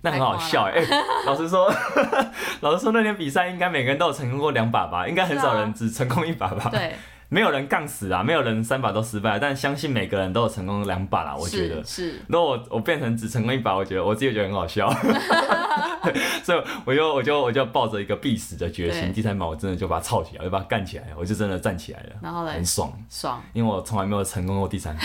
[SPEAKER 1] 那很好笑哎、欸老实说， 老实说，那天比赛应该每个人都有成功过两把吧，应该很少人只成功一把吧。
[SPEAKER 2] 对，
[SPEAKER 1] 没有人杠死啊，没有人三把都失败，但相信每个人都有成功两把啦。我觉得
[SPEAKER 2] 是，是，
[SPEAKER 1] 如果我我变成只成功一把，我觉得我自己觉得很好笑， 所以我就我就我就抱着一个必死的决
[SPEAKER 2] 对
[SPEAKER 1] 心，第三把我真的就把它操起来，我就把它干起来，我就真的站起来了，
[SPEAKER 2] 然后嘞
[SPEAKER 1] 很爽。
[SPEAKER 2] 爽，
[SPEAKER 1] 因为我从来没有成功过第三把，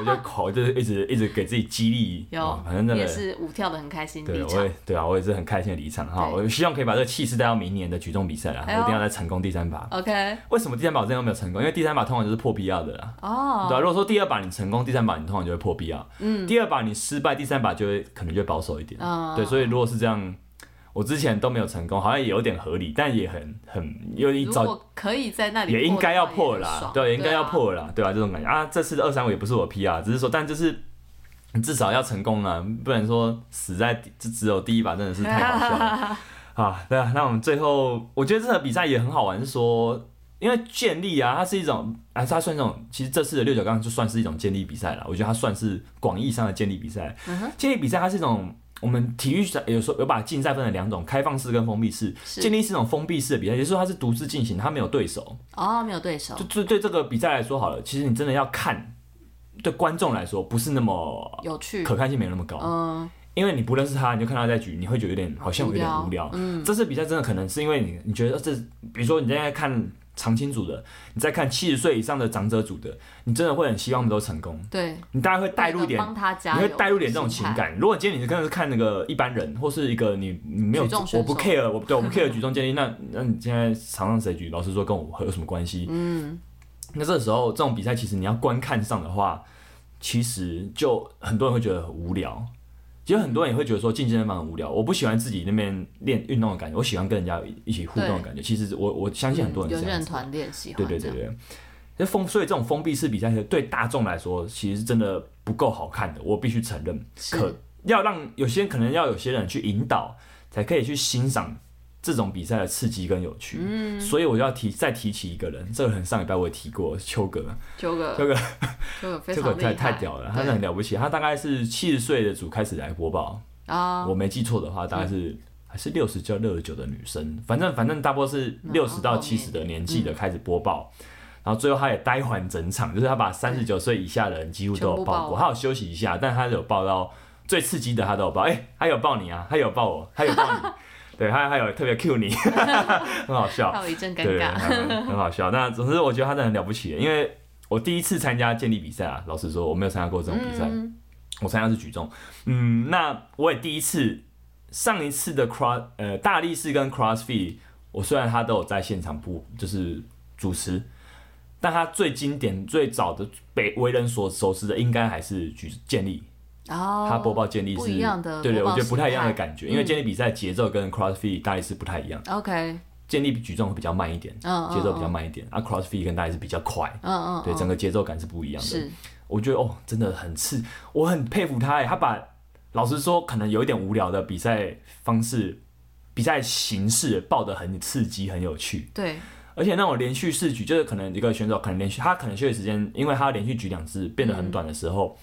[SPEAKER 1] 我就口就是一直一直给自己激励，
[SPEAKER 2] 有
[SPEAKER 1] 啊反正
[SPEAKER 2] 你
[SPEAKER 1] 真
[SPEAKER 2] 也
[SPEAKER 1] 的。
[SPEAKER 2] 是舞跳的很开心，
[SPEAKER 1] 对，
[SPEAKER 2] 离
[SPEAKER 1] 我
[SPEAKER 2] 场
[SPEAKER 1] 也对啊，我也是很开心的离场哈。
[SPEAKER 2] 对
[SPEAKER 1] 我希望可以把这个气势带到明年的举重比赛啦，
[SPEAKER 2] 哎
[SPEAKER 1] 我一
[SPEAKER 2] 呦
[SPEAKER 1] 定要再成功第三把。
[SPEAKER 2] OK
[SPEAKER 1] 为什么第三把我真的没有成功？因为第三把通常就是破必要的啦。对
[SPEAKER 2] 哦，
[SPEAKER 1] 啊，如果说第二把你成功，第三把你通常就会破必要。嗯，第二把你失败，第三把就会可能就会保守一点。
[SPEAKER 2] 嗯
[SPEAKER 1] 对，所以如果是这样，我之前都没有成功，好像也有点合理，但也很很有一
[SPEAKER 2] 如
[SPEAKER 1] 早
[SPEAKER 2] 果可以在那里
[SPEAKER 1] 也应该要破
[SPEAKER 2] 破的
[SPEAKER 1] 了
[SPEAKER 2] 话也
[SPEAKER 1] 啦
[SPEAKER 2] 很爽，
[SPEAKER 1] 对，也应该要
[SPEAKER 2] 啊
[SPEAKER 1] 破了啦，对吧、这种感觉啊，这次的二三五也不是我 P 啊，只是说，但就是你至少要成功啊，不能说死在第只只有第一把，真的是太好笑 了啊！对啊，那我们最后，我觉得这场比赛也很好玩，是说。因为建立啊，它是一种啊，它算一种，其实这次的六角杠就算是一种建立比赛了。我觉得它算是广义上的建立比赛。
[SPEAKER 2] 嗯
[SPEAKER 1] 建立比赛它是一种，我们体育上有时候有把竞赛分成两种，开放式跟封闭式。
[SPEAKER 2] 是
[SPEAKER 1] 建立是一种封闭式的比赛，也就是说它是独自进行，它没有对手。
[SPEAKER 2] 哦，没有对手
[SPEAKER 1] 就，对对这个比赛来说好了，其实你真的要看，对观众来说不是那么
[SPEAKER 2] 有趣，
[SPEAKER 1] 可看性没有那么高，
[SPEAKER 2] 嗯，
[SPEAKER 1] 因为你不认识他，你就看他在举，你会觉得有点好像有点
[SPEAKER 2] 无聊
[SPEAKER 1] 无聊。
[SPEAKER 2] 嗯
[SPEAKER 1] 这次比赛真的可能是因为你你觉得这，比如说你现在看长青组的，你在看七十岁以上的长者组的，你真的会很希望他们都成功，
[SPEAKER 2] 对，
[SPEAKER 1] 你大概会带入一点
[SPEAKER 2] 帮他加
[SPEAKER 1] 你
[SPEAKER 2] 油，
[SPEAKER 1] 会带入点这种情，感。如果今天你是看是看那个一般人，或是一个你你没有
[SPEAKER 2] 举重选手
[SPEAKER 1] 我不 care，我对 我不 care 举重建立，那那你现在场上谁举，老实说跟我有什么关系？嗯，那这时候这种比赛其实你要观看上的话，其实就很多人会觉得很无聊。其实很多人也会觉得说进健身房很无聊，我不喜欢自己那边练运动的感觉，我喜欢跟人家一起互动的感觉。其实我我相信很多人
[SPEAKER 2] 嗯有
[SPEAKER 1] 是
[SPEAKER 2] 些
[SPEAKER 1] 这样
[SPEAKER 2] 人
[SPEAKER 1] 子的，
[SPEAKER 2] 团练喜欢
[SPEAKER 1] 对对对
[SPEAKER 2] 这样
[SPEAKER 1] 对。那封所以这种封闭式比赛对大众来说，其实真的不够好看的，我必须承认。
[SPEAKER 2] 是
[SPEAKER 1] 可要让有些人可能要有些人去引导，才可以去欣赏这种比赛的刺激跟有趣。嗯，所以我就要提再提起一个人，这个人上礼拜我也提过，丘格，
[SPEAKER 2] 九个
[SPEAKER 1] 这个
[SPEAKER 2] 九个非
[SPEAKER 1] 这个
[SPEAKER 2] 常厉害，
[SPEAKER 1] 太太屌了，他
[SPEAKER 2] 对
[SPEAKER 1] 是很了不起，他大概是七十岁的组开始来播报，
[SPEAKER 2] 啊嗯
[SPEAKER 1] 我没记错的话，大概是。还是六十到六十九的女生，反正反正大波是六十到
[SPEAKER 2] 后
[SPEAKER 1] 七
[SPEAKER 2] 面
[SPEAKER 1] 十的年纪的开始播
[SPEAKER 2] 嗯
[SPEAKER 1] 报，然后最后他也呆hoàn整场，就是他把三十九岁以下的人几乎都有
[SPEAKER 2] 全部报
[SPEAKER 1] 报过，
[SPEAKER 2] 完
[SPEAKER 1] 他有休息一下，但他有报到最刺激的他都有报，哎、他有报你啊，他有报我，他有报 你，对，他还有特别 Q 你， 很好笑，
[SPEAKER 2] 还有一阵尴
[SPEAKER 1] 对，
[SPEAKER 2] 尬，
[SPEAKER 1] 还蛮很好笑。那总之我觉得他真的很了不起，因为我第一次参加健力比赛啊，老实说我没有参加过这种比赛，
[SPEAKER 2] 嗯，
[SPEAKER 1] 我参加是举重。嗯，那我也第一次，上一次的 cross 呃大力士跟 crossfit，我虽然他都有在现场不就是主持。但他最经典、最早的被为人所熟知的，应该还是举健力。
[SPEAKER 2] 哦，
[SPEAKER 1] 他播报健力是
[SPEAKER 2] 不一样的
[SPEAKER 1] 对对，我
[SPEAKER 2] 播报
[SPEAKER 1] 觉得不太一样的
[SPEAKER 2] 形态嗯
[SPEAKER 1] 感觉，因为健力比赛节奏跟 CrossFit 大力士不太一样，
[SPEAKER 2] OK，
[SPEAKER 1] 健力举重会比较慢一点，
[SPEAKER 2] 嗯，嗯
[SPEAKER 1] 节奏比较，慢一点，啊，CrossFit 跟大力士比较快，
[SPEAKER 2] 嗯嗯，嗯嗯
[SPEAKER 1] 对，整个节奏感是不一样的。
[SPEAKER 2] 是
[SPEAKER 1] 我觉得哦，真的很刺，我很佩服他耶，他把老实说可能有一点无聊的比赛方式、比赛形式报得很刺激、很有趣，
[SPEAKER 2] 对，
[SPEAKER 1] 而且那种连续试举，就是可能一个选手可能连续他可能休息时间，因为他连续举两次变得很短的时候，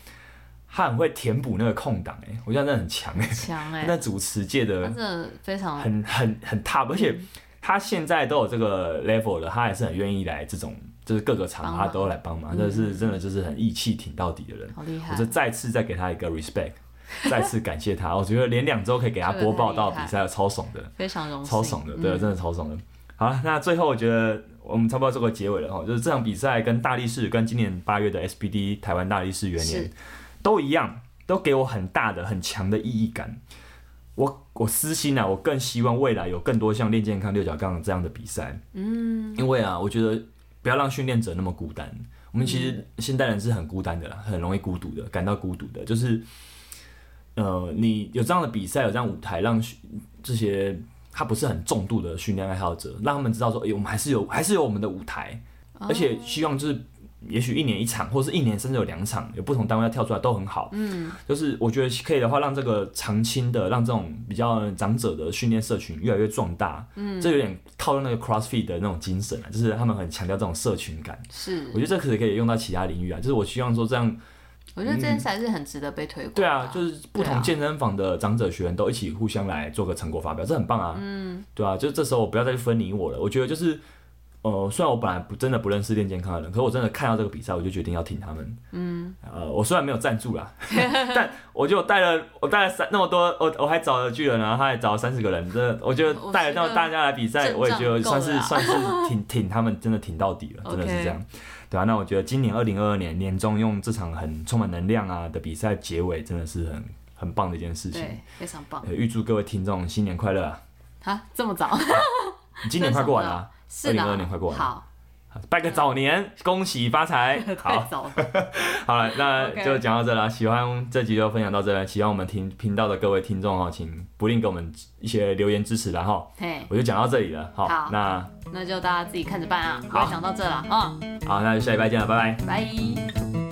[SPEAKER 1] 他很会填补那个空档，哎，我觉得那很强哎，
[SPEAKER 2] 强哎，
[SPEAKER 1] 那主持界的
[SPEAKER 2] 他真的非常
[SPEAKER 1] 很很很
[SPEAKER 2] 嗯
[SPEAKER 1] top，而且他现在都有这个 level 了，他还是很愿意来这种，就是各个场
[SPEAKER 2] 帮
[SPEAKER 1] 合他
[SPEAKER 2] 忙嗯
[SPEAKER 1] 都来帮忙，这是真的就是很义气挺到底的人。
[SPEAKER 2] 好厉害
[SPEAKER 1] 我就，再次再给他一个 respect，再次感谢 他。我觉得连两周可以给他
[SPEAKER 2] 这个
[SPEAKER 1] 播报
[SPEAKER 2] 太厉
[SPEAKER 1] 到比
[SPEAKER 2] 害
[SPEAKER 1] 赛，超爽的，
[SPEAKER 2] 非常荣幸，
[SPEAKER 1] 超爽的，
[SPEAKER 2] 嗯
[SPEAKER 1] 对，真的超爽的。好了，那最后我觉得我们差不多做个结尾了哈，就是这场比赛跟大力士跟今年八月的 SBD 台湾大力士元年
[SPEAKER 2] 是
[SPEAKER 1] 都一样，都给我很大的、很强的意义感。我我私心啊，我更希望未来有更多像练健康、六角杠这样的比赛。嗯，因为啊，我觉得不要让训练者那么孤单。我们其
[SPEAKER 2] 嗯
[SPEAKER 1] 实现代人是很孤单的啦，很容易孤独的，感到孤独的。就是，呃，你有这样的比赛，有这样舞台，让训这些他不是很重度的训练爱好者，让他们知道说，哎、我们还是有，还是有我们的舞台，而且希望就是，也许一年一场，或是一年甚至有两场，有不同单位要跳出来都很好。嗯，就是我觉得可以的话，让这个长青的，让这种比较长者的训练社群越来越壮大。嗯，这有点套用那个 CrossFit 的那种精神啊，就是他们很强调这种社群感。
[SPEAKER 2] 是
[SPEAKER 1] 我觉，得这可以可以用到其他领域啊，就是我希望说这样
[SPEAKER 2] 我觉得这件事还是很值得被推广的，
[SPEAKER 1] 对啊，就是不
[SPEAKER 2] 对
[SPEAKER 1] 同
[SPEAKER 2] 啊
[SPEAKER 1] 健身房的长者学员都一起互相来做个成果发表，这很棒啊。嗯，对啊，就这时候我不要再去分你我了。我觉得就是，呃，虽然我本来不真的不认识练健康的人，可是我真的看到这个比赛，我就决定要挺他们。嗯，呃，我虽然没有赞助啦， 但我就带了我带了三那么多，我我还找了巨人啊，他还找了三十个人，真的，我觉得
[SPEAKER 2] 我
[SPEAKER 1] 带了那
[SPEAKER 2] 觉
[SPEAKER 1] 么
[SPEAKER 2] 得
[SPEAKER 1] 大家来比赛，
[SPEAKER 2] 阵
[SPEAKER 1] 我也觉得
[SPEAKER 2] 仗够
[SPEAKER 1] 算是
[SPEAKER 2] 了啊
[SPEAKER 1] 算是挺挺他们真的挺到底了，真的是
[SPEAKER 2] OK
[SPEAKER 1] 这样。对啊，那我觉得今年二零二二年年终用这场很充满能量啊的比赛结尾，真的是很很棒的一件事情。
[SPEAKER 2] 对，非常棒
[SPEAKER 1] 呃预祝各位听众新年快乐 啊！
[SPEAKER 2] 啊，这么早，
[SPEAKER 1] 今年快过完了、啊，
[SPEAKER 2] 是啦，
[SPEAKER 1] 2022年快过完了
[SPEAKER 2] 好，
[SPEAKER 1] 拜个早 年，恭喜发财！
[SPEAKER 2] 太
[SPEAKER 1] 好，
[SPEAKER 2] 早了，
[SPEAKER 1] 好了，那
[SPEAKER 2] OK
[SPEAKER 1] 就讲到这啦。喜欢这集就分享到这了，喜欢我们听频道的各位听众哦，请不吝给我们一些留言支持啦哈。
[SPEAKER 2] 嘿，
[SPEAKER 1] 我就讲到这里了，好，
[SPEAKER 2] 好
[SPEAKER 1] 那
[SPEAKER 2] 那就大家自己看着办啊，我
[SPEAKER 1] 好
[SPEAKER 2] 也讲到这了，嗯，
[SPEAKER 1] 好，那就下礼拜见了，拜拜。
[SPEAKER 2] 拜。